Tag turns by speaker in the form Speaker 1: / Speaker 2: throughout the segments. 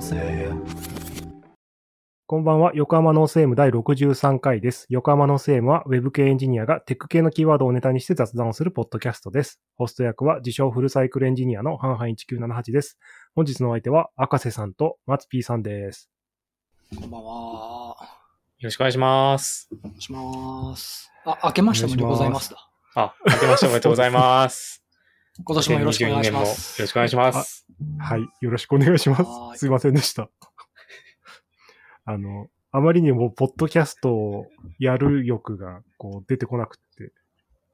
Speaker 1: せ。
Speaker 2: こんばんは。横浜ノース M 第63回です。横浜ノース M は Web 系エンジニアがテック系のキーワードをネタにして雑談をするポッドキャストです。ホスト役は自称フルサイクルエンジニアのハンハン1978です。本日のお相手は赤瀬さんと松 P さんです。
Speaker 1: こんばんは。
Speaker 3: よろしくお願いします。
Speaker 1: お願いします。あ、明けましておめでとうございますだ。
Speaker 3: あ、明けましておめでとうござ います。
Speaker 1: 今年もよろしくお願いします。
Speaker 3: 2022年もよろしくお願いします。
Speaker 2: はい。よろしくお願いしま
Speaker 1: はーい
Speaker 2: す。すいませんでした。あの、あまりにもポッドキャストをやる欲がこう出てこなくって、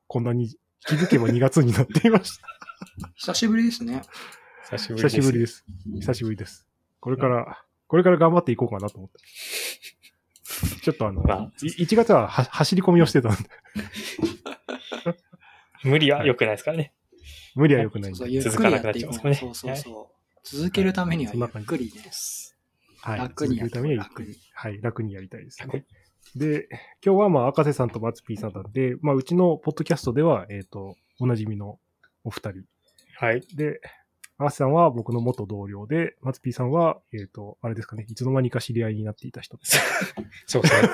Speaker 2: こんなに気づけば2月になっていました。
Speaker 1: 久しぶりですね。
Speaker 3: 久しぶり
Speaker 2: 久
Speaker 3: です。
Speaker 2: しぶりです。久しぶりです。これから、これから頑張っていこうかなと思って。 ちょっとあの、
Speaker 3: まあ
Speaker 2: い1月はは走り込みをしてたんで、
Speaker 3: 無理は良くないですからね。
Speaker 2: 無理は良くないん
Speaker 1: そう
Speaker 2: で。
Speaker 1: そう、ゆっ
Speaker 3: 続
Speaker 1: く
Speaker 3: か
Speaker 1: り
Speaker 3: な
Speaker 1: や
Speaker 3: くな
Speaker 1: っ
Speaker 3: って
Speaker 1: い
Speaker 3: ちゃい
Speaker 1: こ
Speaker 3: ます
Speaker 1: う。
Speaker 3: ね
Speaker 1: そうそうそう。続けるためには
Speaker 2: はい
Speaker 1: ゆ
Speaker 2: そん
Speaker 1: っ
Speaker 2: な感じ
Speaker 1: くりね。
Speaker 2: はい。
Speaker 1: 楽にや
Speaker 2: 続
Speaker 1: っ
Speaker 2: け
Speaker 1: て
Speaker 2: る
Speaker 1: い
Speaker 2: た
Speaker 1: こ
Speaker 2: め
Speaker 1: う
Speaker 2: には、
Speaker 1: 楽に。
Speaker 2: はい、楽にやりたいです
Speaker 3: 楽
Speaker 2: ね。で、今日はまあ、赤瀬さんと松 P さんなんで、まあ、うちのポッドキャストでは、えっ、と、おなじみのお二人。
Speaker 3: はい。
Speaker 2: で、赤瀬さんは僕の元同僚で、松 P さんは、えっ、と、あれですかね、いつの間にか知り合いになっていた人です。
Speaker 3: そう ですね。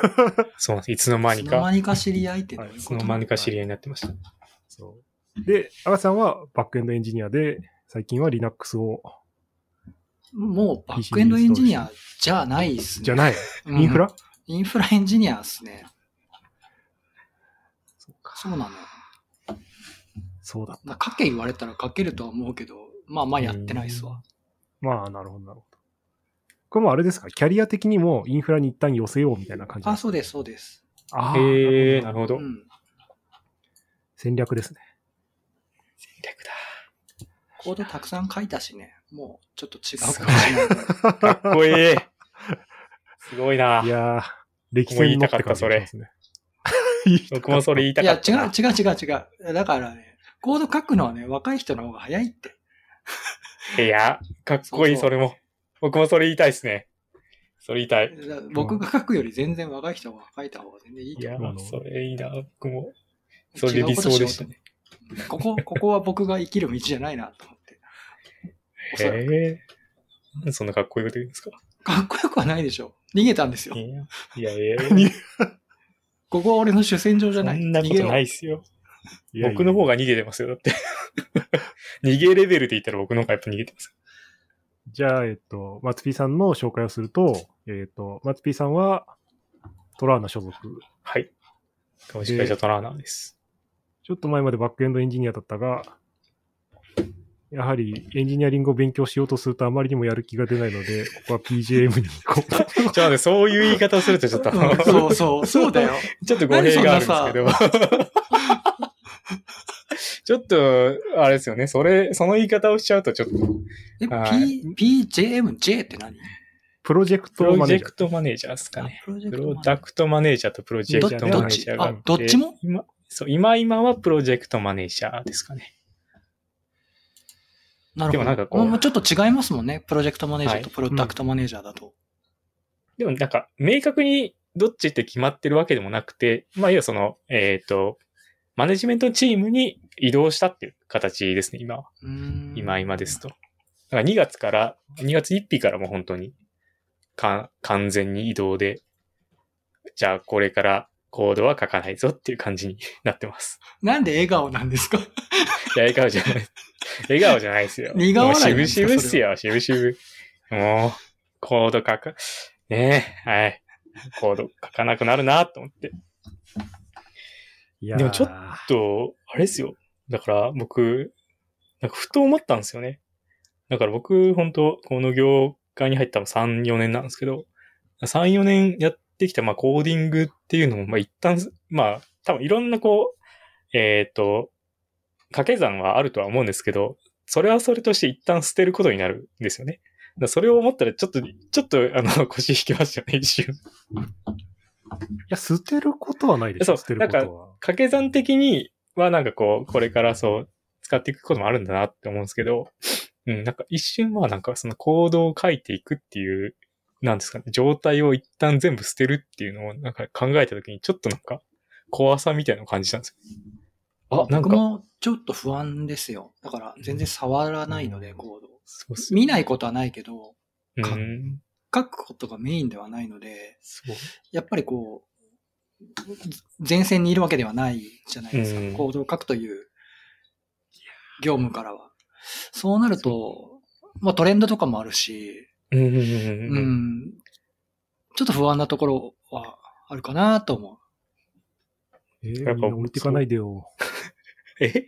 Speaker 3: そうなんです。いつの間に
Speaker 1: いつの間
Speaker 3: か、
Speaker 1: にか知り合いってどういう
Speaker 3: いつ
Speaker 1: こ
Speaker 3: の
Speaker 1: と
Speaker 3: 間にか知り合いになってました。
Speaker 2: そう。で、赤瀬さんはバックエンドエンジニアで、最近は Linux を、
Speaker 1: もうバックエンドエンジニアじゃないっすね。
Speaker 2: じゃない、
Speaker 1: うん
Speaker 2: インフラ、
Speaker 1: インフラエンジニアっすね。
Speaker 2: そうか
Speaker 1: そうなの。
Speaker 2: そうだ。
Speaker 1: まあ、書け言われたら書けるとは思うけど、まあまあやってないっすわ。
Speaker 2: まあ、なるほど、なるほど。これもあれですかキャリア的にもインフラに一旦寄せようみたいな感じ
Speaker 1: あ、そうです、そうです。
Speaker 2: ああ、
Speaker 3: へえー、
Speaker 2: なるほど
Speaker 3: な
Speaker 1: う
Speaker 3: るほど。戦
Speaker 1: ん。
Speaker 2: 戦略ですね。。
Speaker 3: 略
Speaker 1: コードたくさん書いたしね、もうちょっと違うかもしれない。
Speaker 3: だ。かっこ いい。すごいない
Speaker 2: やー、歴戦に乗って感じがしますね。
Speaker 3: 僕 もそれ言いた
Speaker 1: い
Speaker 3: か
Speaker 1: や、
Speaker 3: った
Speaker 1: 違
Speaker 3: な。
Speaker 1: う、違う、違う、違う。だからね、コード書くのはね、若い人の方が早いって。
Speaker 3: いや、かっこいい、
Speaker 1: そうそう
Speaker 3: それも。僕もそれ言いたいですね。それ言いたい。
Speaker 1: だから僕が書くより全然若い人が書いた方が全然いい
Speaker 3: い
Speaker 1: と
Speaker 3: や
Speaker 1: 思う。
Speaker 2: なるほど、
Speaker 3: それいいな、僕も。
Speaker 1: 違
Speaker 3: それ
Speaker 1: うこ
Speaker 3: 理
Speaker 1: と
Speaker 3: 想
Speaker 1: しよ
Speaker 3: で
Speaker 1: う
Speaker 3: し
Speaker 1: と
Speaker 3: た
Speaker 1: 思
Speaker 3: ね。
Speaker 1: うここ、ここは僕が生きる道じゃないなと思って。おそらく
Speaker 3: へえ。なんでそんなかっこいいこと言うんですか
Speaker 1: かっこよくはないでしょ。逃げたんですよ。
Speaker 3: いやいやいや、
Speaker 1: ここは俺の主戦場じ
Speaker 3: そ
Speaker 1: ゃない。。
Speaker 3: んなことないいっすよ。
Speaker 2: いやいや
Speaker 3: 僕の方が逃げてますよ、だって。 逃げレベルで言ったら僕の方がやっぱ逃げてます。
Speaker 2: じゃあ、えっと、松 P さんの紹介をすると、えっと、松 P さんは、トラーナ所属。
Speaker 3: はい。株式会社トラーナーです。
Speaker 2: ちょっと前までバックエンドエンジニアだったが、やはりエンジニアリングを勉強しようとするとあまりにもやる気が出ないので、ここは PGM に行こう。
Speaker 3: ちょっと待ってそういう言い方をするとち ょっと、
Speaker 1: うん
Speaker 3: ち
Speaker 1: そうそう、そうだよ。
Speaker 3: ょっと語弊があるんですけど。 ちょっと、あれですよね。それ、その言い方をしちゃうと、ちょっと、
Speaker 1: え、
Speaker 3: は
Speaker 1: P、PJM、J って何
Speaker 2: プロジェク
Speaker 3: プ
Speaker 2: ト
Speaker 3: ロ
Speaker 2: マ
Speaker 3: ジ
Speaker 2: ネー
Speaker 3: ェ
Speaker 2: ジャー
Speaker 3: ク。トマネージャーですかね。
Speaker 1: プロジェ
Speaker 3: プ
Speaker 1: クト
Speaker 3: ロ
Speaker 1: マネージャー
Speaker 3: ダクトマネージャーとプロジェクトマネージャーがあって
Speaker 1: どっちどっちあどっちも
Speaker 3: 今そう、今今はプロジェクトマネージャーですかね。
Speaker 1: なるほど。
Speaker 3: でもなんかこう
Speaker 1: まあちょっと違いますもんね。プロジェクトマネージャーと
Speaker 3: は
Speaker 1: プロダクトマネージャーだと。
Speaker 3: でもなんか、明確にどっちって決まってるわけでもなくて、まあ、いやその、えっ、と、マネジメントチームに移動したっていう形ですね、今は。
Speaker 1: うーん
Speaker 3: 今今ですと。だから2月から、2月1日からもう本当に、か完全に移動で、じゃあこれからコードは書かないぞっていう感じになってます。
Speaker 1: なんで笑顔なんですか
Speaker 3: いや、笑顔じゃない。笑顔じゃないですよ。
Speaker 1: 苦笑いなん
Speaker 3: も
Speaker 1: で
Speaker 3: う
Speaker 1: すか
Speaker 3: 渋々っすよ、渋々。もう、コード書か、ねえ、はい。コード書かなくなるなと思って。
Speaker 2: いや
Speaker 3: でもちょっ
Speaker 2: と、
Speaker 3: と、あれですよ。だから僕、なんかふと思ったんですよね。だから僕、本当この業界に入ったの3、4年なんですけど、3、4年やってきた、まあ、コーディングっていうのも、まあ、一旦、まあ、多分いろんなこう、えっ、と、掛け算はあるとは思うんですけど、それはそれとして一旦捨てることになるんですよね。だからそれを思ったら、ちょっと、ちょっと、あの、腰引きましたよね、一瞬。
Speaker 2: いや、捨てることはないでし
Speaker 3: そ
Speaker 2: ょ、
Speaker 3: う
Speaker 2: 捨てることは。
Speaker 3: 掛け算的にはなんかこう、これからそう、使っていくこともあるんだなって思うんですけど、うん、なんか一瞬はなんかその行動を書いていくっていう、なんですかね、状態を一旦全部捨てるっていうのをなんか考えたときにちょっとなんか怖さみたいなのを感じたんですよ。あ、なん
Speaker 1: 僕
Speaker 3: か、
Speaker 1: もちょっと不安ですよ。だから全然触らないので、コード。
Speaker 3: そうっす
Speaker 1: 見ないことはないけど、か
Speaker 3: うん。
Speaker 1: 書くことがメインではないので、
Speaker 3: そう。
Speaker 1: やっぱりこう、前線にいるわけではないじゃないですか。
Speaker 3: うん
Speaker 1: コードを書くという業務からは。そうなると、まあトレンドとかもあるし、
Speaker 3: うんうん
Speaker 1: う
Speaker 3: うん
Speaker 1: ん、
Speaker 3: うん。
Speaker 1: ちょっと不安なところはあるかなと思う。
Speaker 2: えー、
Speaker 3: やっぱ
Speaker 2: みんな置いてかないでよ。
Speaker 3: え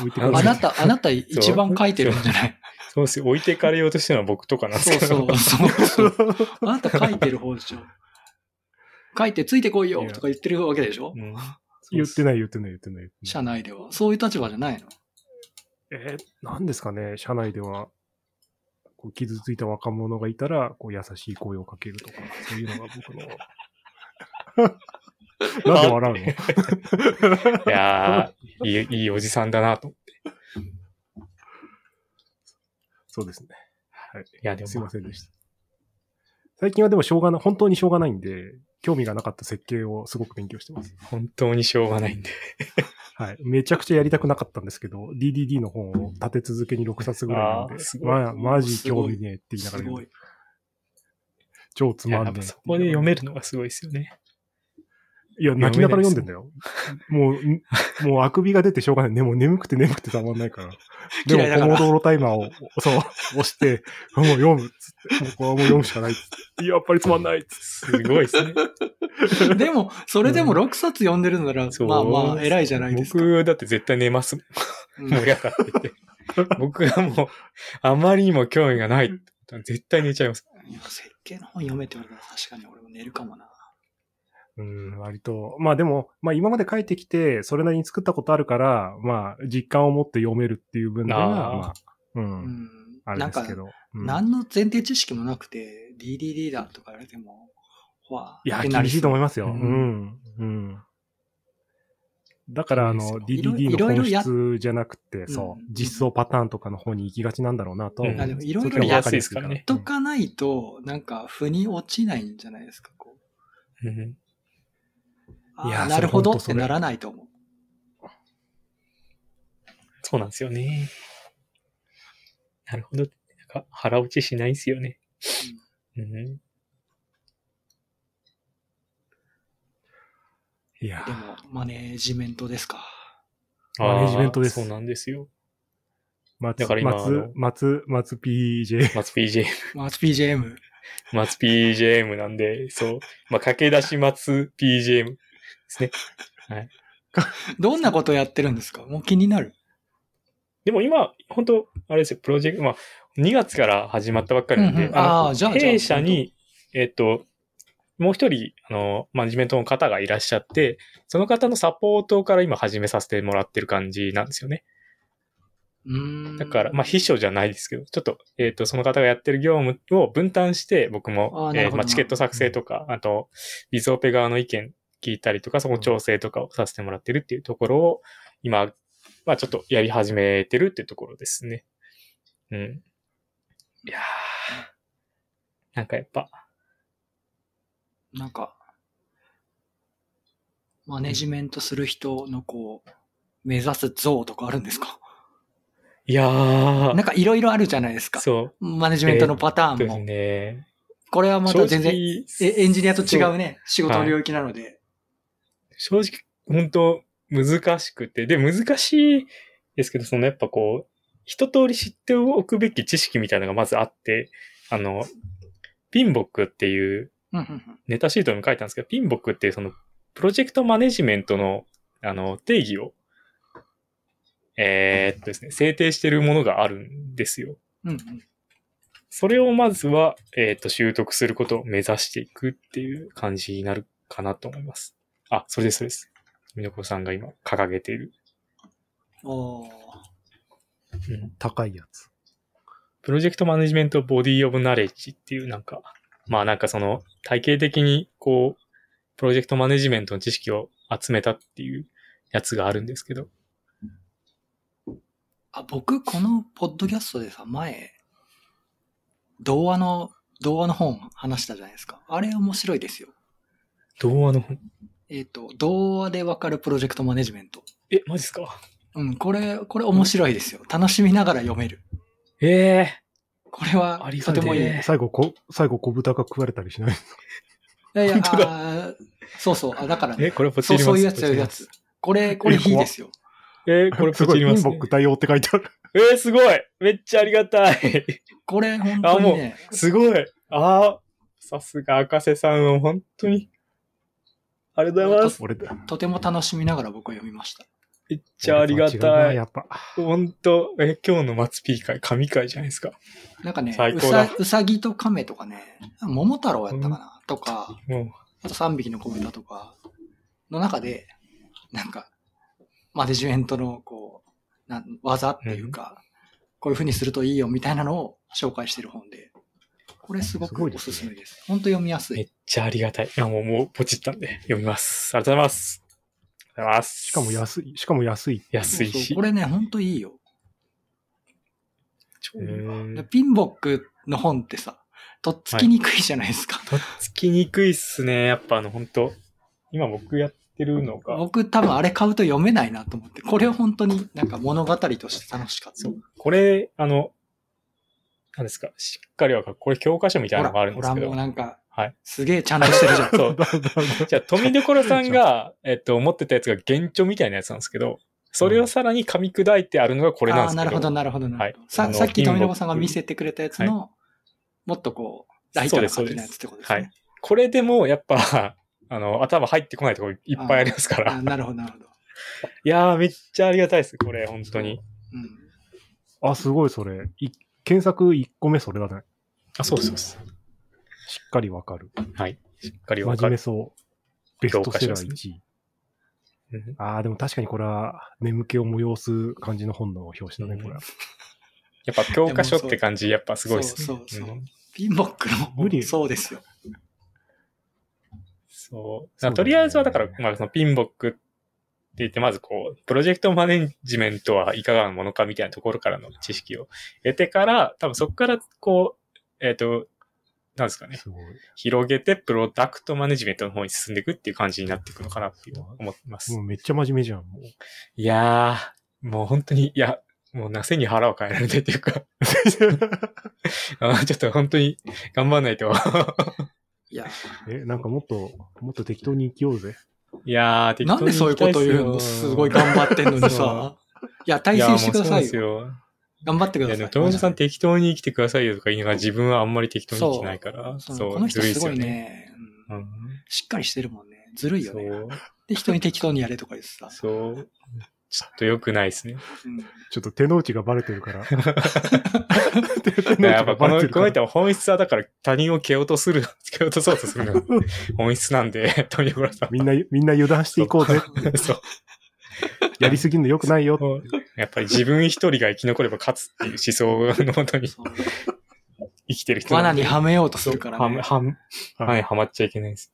Speaker 2: 置いてか
Speaker 3: そう
Speaker 1: あ
Speaker 2: ない
Speaker 1: なた、あなた一番書いてるんじゃない
Speaker 3: そうですよ。置いてかれようとしてるのは僕とかなんです
Speaker 1: そう
Speaker 3: けど。
Speaker 1: そう、そう そう。あなた書いてる方でしょ。書いてついてこいよとか言ってるわけでしょ
Speaker 3: うん
Speaker 2: 言ってない、言ってない、言ってない。
Speaker 1: 社内では。そういう立場じゃないの
Speaker 2: えー、なんですかね、社内では、こう傷ついた若者がいたら、こう優しい声をかけるとか、そういうのが僕の。なんで笑うの
Speaker 3: いやーいい、いいおじさんだなと。い
Speaker 2: そうですね。はい。
Speaker 3: や、です
Speaker 2: い
Speaker 3: も
Speaker 2: ま、せんでした。最近はでもしょうがない、本当にしょうがないんで、興味がなかった設計をすごく勉強してます。
Speaker 3: 本当にしょうがないんで。
Speaker 2: はい。めちゃくちゃやりたくなかったんですけど、DDD の本を立て続けに6冊ぐらい読ん
Speaker 3: あー
Speaker 2: で、
Speaker 3: すごい
Speaker 2: まあ、マジ興味ねえって言いなが
Speaker 1: す
Speaker 2: ら読ん
Speaker 1: ご
Speaker 2: で
Speaker 1: い。
Speaker 2: 超つ
Speaker 3: いや
Speaker 2: まん
Speaker 3: や
Speaker 2: ね
Speaker 3: っ
Speaker 2: えっ
Speaker 3: ぱ
Speaker 2: て
Speaker 3: そ
Speaker 2: 言いながら
Speaker 3: こで読めるのがすごいですよね。
Speaker 2: いや、泣きながら読んでんだよ。もう、んもうあくびが出てしょうがない。ね、もう眠くて眠くてたまんないから。で
Speaker 1: 嫌い
Speaker 2: も、
Speaker 1: だか
Speaker 2: ポ
Speaker 1: ら
Speaker 2: モドーロタイマーを、そう、押して、もう読むっつって、もうこれはもう読むしかないっつって。いややっぱりつまんないっつっ
Speaker 3: すごいですね。
Speaker 1: でも、それでも6冊読んでるなら、
Speaker 3: そう
Speaker 1: まあまあ、偉いじゃないですか。
Speaker 3: 僕だって絶対寝ますも
Speaker 1: うん
Speaker 3: ん。もう嫌だって 言って。僕がもう、あまりにも興味がないって言ったら絶対寝ちゃいます。
Speaker 1: いや設計の本読めって言われたら確かに俺も寝るかもな。
Speaker 2: て。うん、割と。まあでも、まあ今まで書いてきて、それなりに作ったことあるから、まあ、実感を持って読めるっていう分では、
Speaker 3: あー
Speaker 2: まあ、う、
Speaker 1: うんん。
Speaker 2: あれ
Speaker 1: なん
Speaker 2: で
Speaker 1: か
Speaker 2: すけ、ど。うん
Speaker 1: 何の前提知識もなくて、DDD だとか言われても、わあ
Speaker 2: いや、
Speaker 1: ってな
Speaker 2: 厳
Speaker 1: り
Speaker 2: し
Speaker 1: そう
Speaker 2: いと思いますよ。
Speaker 3: う
Speaker 2: うんん。うん。だから、あの、
Speaker 3: そう
Speaker 2: DDD
Speaker 1: いろ
Speaker 2: の
Speaker 1: いろ
Speaker 2: 本
Speaker 1: やっ
Speaker 2: 質じゃなくて、
Speaker 1: う
Speaker 2: そ
Speaker 1: ん
Speaker 2: う、実装パターンとかの方に行きがちなんだろうなと。
Speaker 3: うん
Speaker 1: あでもいろい
Speaker 2: そ
Speaker 1: ろ
Speaker 2: っちの方がわかりやす
Speaker 3: やっ
Speaker 1: とかないと、なんか、腑に落ちないんじゃないですか、こう。
Speaker 3: うん
Speaker 1: あ
Speaker 2: い
Speaker 1: あ
Speaker 2: や
Speaker 1: なるほどっ
Speaker 2: それ
Speaker 1: てならないと思う。
Speaker 3: そうなんですよね。なるほど。なんか腹落ちしないですよね。うん、
Speaker 2: いや
Speaker 1: で、も、マネージメントですか。
Speaker 2: マネジメントです
Speaker 3: あーそうなんですよ。
Speaker 2: 松、
Speaker 3: だから今あ
Speaker 2: 松
Speaker 3: の、
Speaker 2: 松、松 PJ。
Speaker 3: 松 PJ、
Speaker 1: マーツ PJM。
Speaker 3: 松 PJM なんで、そう。まあ、駆け出し松 PJM ですね。
Speaker 1: どんなことやってるんですかもう気になる。
Speaker 3: でも今、本当あれですよ、プロジェクト、まあ、2月から始まったばっかりなんで、
Speaker 1: うんうんあー
Speaker 3: の
Speaker 1: じゃあ
Speaker 3: 弊社に、えっと、もう一人、あの、マネジメントの方がいらっしゃって、その方のサポートから今始めさせてもらってる感じなんですよね。
Speaker 1: うーん。
Speaker 3: だから、まあ、秘書じゃないですけど、ちょっと、えっ、と、その方がやってる業務を分担して、僕も
Speaker 1: あ、ーな
Speaker 3: え
Speaker 1: るほ
Speaker 3: ー
Speaker 1: ど
Speaker 3: まあ、チケット作成とか、あと、ビズオペ側の意見聞いたりとか、その調整とかをさせてもらってるっていうところを、今、まあ、ちょっとやり始めてるっていうところですね。うん。いやー。なんかやっぱ、
Speaker 1: なんか、マネジメントする人のこう、目指す像とかあるんですか
Speaker 3: いや
Speaker 1: な
Speaker 3: ー。
Speaker 1: んかいろいろあるじゃないですか。
Speaker 3: そう。
Speaker 1: マネジメントのパタ
Speaker 3: で
Speaker 1: ーン
Speaker 3: す
Speaker 1: も。
Speaker 3: ね。
Speaker 1: これはまた全然、
Speaker 3: 正直
Speaker 1: えエンジニアと違うね、仕事の領域なので。
Speaker 3: 正直、本当難しくて。で、難しいですけど、そのやっぱこう、一通り知っておくべき知識みたいなのがまずあって、あの、ピンボックっていう
Speaker 1: うんうん
Speaker 3: ネタシートにも書いたんですけど、ピンボックっていうその、プロジェクトマネジメントの、あの、定義を、えーっとですね、制定してるものがあるんですよ。
Speaker 1: うん。うんうん
Speaker 3: それをまずは、えっ、と、習得することを目指していくっていう感じになるかなと思います。あ、それです、それです。みのこさんが今掲げている。
Speaker 1: おー
Speaker 3: うん。
Speaker 2: 高いやつ。
Speaker 3: プロジェクトマネジメントボディオブナレッジっていうなんか、まあなんかその体系的にこう、プロジェクトマネジメントの知識を集めたっていうやつがあるんですけど。
Speaker 1: あ僕、このポッドキャストでさ、前、童話の、童話の本話したじゃないですか。あれ面白いですよ。
Speaker 3: 童話の本。
Speaker 1: えっ、と、童話でわかるプロジェクトマネジメント。
Speaker 3: え、マジっすか
Speaker 1: うん、これ、これ面白いですよ。楽しみながら読める。
Speaker 3: ええ
Speaker 1: これは
Speaker 3: あり、が
Speaker 1: と
Speaker 3: てえ
Speaker 1: てもいい。い
Speaker 3: ね
Speaker 2: 最後、こ、最後、小豚が食われたりしない。
Speaker 1: やいや、
Speaker 3: 本当だ
Speaker 1: あーそうそう、あだから、
Speaker 3: え、これポチ
Speaker 1: そう、
Speaker 3: ります。
Speaker 1: そういうやつ、
Speaker 3: ポ
Speaker 1: そう
Speaker 3: チ
Speaker 1: いう
Speaker 3: り
Speaker 1: や
Speaker 3: ま
Speaker 1: つ
Speaker 3: す。。
Speaker 1: これ、これ、
Speaker 2: え
Speaker 1: いいですよ。
Speaker 3: えーこれポ
Speaker 2: すご
Speaker 3: チ
Speaker 2: い、
Speaker 3: ります、
Speaker 2: 貧
Speaker 3: ね。
Speaker 2: 乏対応って書いてある。
Speaker 3: えーすごいめっちゃありがたい
Speaker 1: これ、本当にね、
Speaker 3: すごいああ、さすが赤瀬さんは本当に。ありがとうございます。
Speaker 2: 俺、
Speaker 1: とても楽しみながら僕は読みました。
Speaker 3: めっちゃありが
Speaker 2: 俺とは違う
Speaker 3: た。
Speaker 2: ないやっぱ。
Speaker 3: 本当え、今日の松 P 会、神会じゃないですか。
Speaker 1: なんかね
Speaker 3: 最、
Speaker 1: う
Speaker 3: 高だ
Speaker 1: さうさぎと亀とかね、桃太郎やったかな、とか、
Speaker 3: も
Speaker 1: あと3匹の子豚とかの中で、なんか、マネジメントの、こう、なん技っていうか、こういう風にするといいよみたいなのを紹介してる本で、これすご
Speaker 2: す
Speaker 1: く
Speaker 2: ごい
Speaker 1: お
Speaker 2: です
Speaker 1: す
Speaker 2: ね
Speaker 1: すめです。本当読みやす
Speaker 3: う、め
Speaker 1: い
Speaker 3: っ。ちゃありがたい。いや、もう、もう、ポチったんで、読みます。ありがとうございます。ありがとうございます。
Speaker 2: しかも安い、しかも安い。
Speaker 3: 安い
Speaker 1: そうそ
Speaker 3: し
Speaker 1: うこ。れね、本当いいよ。
Speaker 3: うーん
Speaker 1: でピンボックの本ってさ、とっつきにくいじゃないですか。
Speaker 3: とっつきにくいっすね。やっぱあの、本当今僕やってるのが、
Speaker 1: 僕多分あれ買うと読めないなと思って、これ本当になんか物語として楽しかった。
Speaker 3: これ、あの、何ですか、しっかりわかる。これ教科書みたい
Speaker 1: ほら、
Speaker 3: なのがあるん
Speaker 1: ほ
Speaker 3: です
Speaker 1: ら
Speaker 3: け
Speaker 1: も
Speaker 3: ど
Speaker 1: う。なんか、
Speaker 3: はい
Speaker 1: すげえちゃんとしてるじゃん。
Speaker 3: そ
Speaker 2: だ
Speaker 3: う。
Speaker 2: んだん
Speaker 3: じゃあ、富所さ んが、えっと、思ってたやつが原著みたいなやつなんですけど、それをさらに噛み砕いてあるのがこれなんですけど。
Speaker 1: ああ、なるほど、なるほど、なるほど。
Speaker 3: はいあ
Speaker 1: さ
Speaker 3: の
Speaker 1: さっき
Speaker 3: 金
Speaker 1: 富
Speaker 3: 木
Speaker 1: 永さんが見せてくれたやつの、もっとこう、ライトな感じのやつってことですね。
Speaker 3: これでも、やっぱ、 あの、頭入ってこないところいっぱいありますか
Speaker 1: あ
Speaker 3: ら。
Speaker 1: なるほど、なるほど。
Speaker 3: いやー、めっちゃありがたいです、これ、本当に。
Speaker 1: うん。
Speaker 2: あ、すごい、それ。い検索1個目それだね。
Speaker 3: あ、そうです、そうです。
Speaker 2: しっかりわかる。
Speaker 3: はい。しっかりわ
Speaker 2: 真
Speaker 3: か
Speaker 2: 面目
Speaker 3: る。
Speaker 2: そう。ベストセラー
Speaker 3: 教科
Speaker 2: 1位。
Speaker 3: うん
Speaker 2: ああ、でも確かにこれは眠気を催す感じの本の表紙だね、これは。
Speaker 3: やっぱ教科書って感じ、やっぱすごいですね。
Speaker 1: そうそうそう
Speaker 3: うん
Speaker 1: ピンボックの、
Speaker 2: 無理
Speaker 1: そうですよ。
Speaker 3: そう。
Speaker 2: そうだね
Speaker 3: とりあえずは、だから、まあ、そのピンボックって言って、まずこう、プロジェクトマネジメントはいかがなものかみたいなところからの知識を得てから、多分そこから、こう、えっ、と、なんですかね、
Speaker 2: すごい。
Speaker 3: 広げてプロダクトマネジメントの方に進んでいくっていう感じになっていくのかなっていうのは思ってます。
Speaker 2: もうめっちゃ真面目じゃん。もう
Speaker 3: いやー、もう本当に、いや、もうなせに腹を変えられないっていうか、 あーちょっと本当に頑張らないと。
Speaker 1: いや、
Speaker 2: え、なんかもっと、もっと適当に生きようぜ。
Speaker 3: いやー、適当
Speaker 1: な
Speaker 3: に
Speaker 1: んでそういうこと言う
Speaker 3: 行
Speaker 1: の
Speaker 3: きたっ
Speaker 1: す
Speaker 3: よ
Speaker 1: ごい頑張ってんのに
Speaker 3: そ
Speaker 1: さ。いや、対戦してくださ
Speaker 3: やもうそうなんで
Speaker 1: い
Speaker 3: す
Speaker 1: よ。
Speaker 3: よ。
Speaker 1: 頑張ってく
Speaker 3: い
Speaker 1: ださ
Speaker 3: や、で
Speaker 1: い。
Speaker 3: も、友達さん適当に生きてくださいよとか言いながら、自分はあんまり適当に生きてないから、
Speaker 1: そ
Speaker 3: そうう、
Speaker 1: この人
Speaker 3: ずる
Speaker 1: す
Speaker 3: いです
Speaker 1: ご
Speaker 3: よ
Speaker 1: い
Speaker 3: ね。
Speaker 1: ね、う
Speaker 3: うんん、
Speaker 1: しっかりしてるもんね。ずるいよ
Speaker 3: そ
Speaker 1: ね。
Speaker 3: う、
Speaker 1: で、人に適当にやれとか言ってさ。
Speaker 3: そう、ちょっと良くないですね。
Speaker 1: うん
Speaker 2: ちょっと手の内がバレてる から。手の内
Speaker 3: や
Speaker 2: が
Speaker 3: っぱ
Speaker 2: バ
Speaker 3: この
Speaker 2: レてる
Speaker 3: こ
Speaker 2: か
Speaker 3: の
Speaker 2: ら。
Speaker 3: 人は本質はだから他人を蹴落とする、 蹴落とそうとするのが本質なんで、 富村さん。
Speaker 2: みんな、みんな油断していこうぜ。
Speaker 3: そう。
Speaker 2: やりすぎるの良くないよ。
Speaker 3: もうやっぱり自分一人が生き残れば勝つっていう思想のもとに
Speaker 1: そう
Speaker 3: 生きてる 人
Speaker 1: 罠
Speaker 3: なん
Speaker 1: に
Speaker 3: で。
Speaker 1: はめようとするから
Speaker 3: は
Speaker 1: ね
Speaker 3: め。はめ
Speaker 2: は
Speaker 3: はいい、はまっちゃいけないです。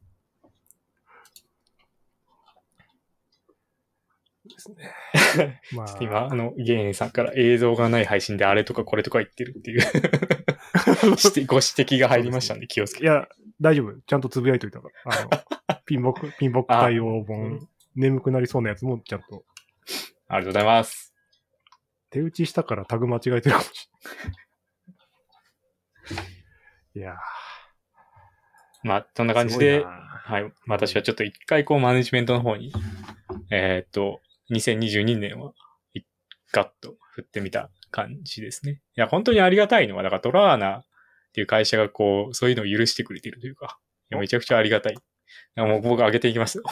Speaker 2: ま
Speaker 3: ちょっ
Speaker 2: あ
Speaker 3: と、今、あの、ゲーネさんから映像がない配信であれとかこれとか言ってる っていう指摘ご指摘が入りましたんで気をつけ
Speaker 2: い
Speaker 3: て。
Speaker 2: や、大丈夫。ちゃんとつぶやいといたから。あ の、ピンボック、ピンボック対応本、眠くなりそうなやつもちゃんと。
Speaker 3: ありがとうございます。
Speaker 2: 手打ちしたからタグ間違えてるかもしれない。いや
Speaker 3: まあ、そんな
Speaker 2: ー。
Speaker 3: 感じ
Speaker 2: す
Speaker 3: で
Speaker 2: ごい、な
Speaker 3: はい。私はちょっと一回こうマネジメントの方に、えーっと、2022年は、いガッと振ってみた感じですね。いや、本当にありがたいのは、だからトラーナっていう会社がこう、そういうのを許してくれてるというか、いやめちゃくちゃありがたい。だからもう僕上げていきますよ。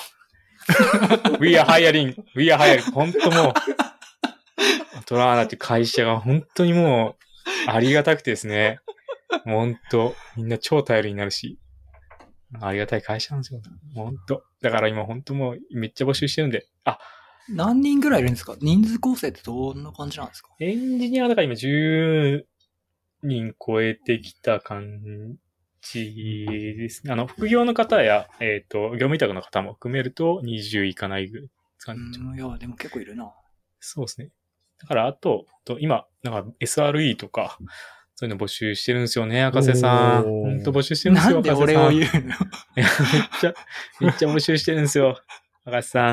Speaker 3: We are hiring! We are hiring! 本当もう、トラーナっていう会社が本当にもう、ありがたくてですね。もう本当、みんな超頼りになるし、ありがたい会社なんですよ。もう本当。だから今本当もうめっちゃ募集してるんで。あ、
Speaker 1: 何人ぐらいいるんですか人数構成ってどんな感じなんですか
Speaker 3: エンジニアだから今10人超えてきた感じですね。あの、副業の方や、えっ、と、業務委託の方も含めると20いかないぐらい感
Speaker 1: う
Speaker 3: じ。
Speaker 1: ん、いや、でも結構いるな。
Speaker 3: そうですね。だからあと、と今、なんか SRE とか、そういうの募集してるんですよね、赤瀬さん。
Speaker 2: おー
Speaker 3: 本当募集してるんです
Speaker 1: な
Speaker 3: よ、
Speaker 1: んで
Speaker 3: 赤瀬
Speaker 1: 俺
Speaker 3: さん
Speaker 1: を言うの
Speaker 3: いやめっちゃ、めっちゃ募集してるんですよ、赤瀬さ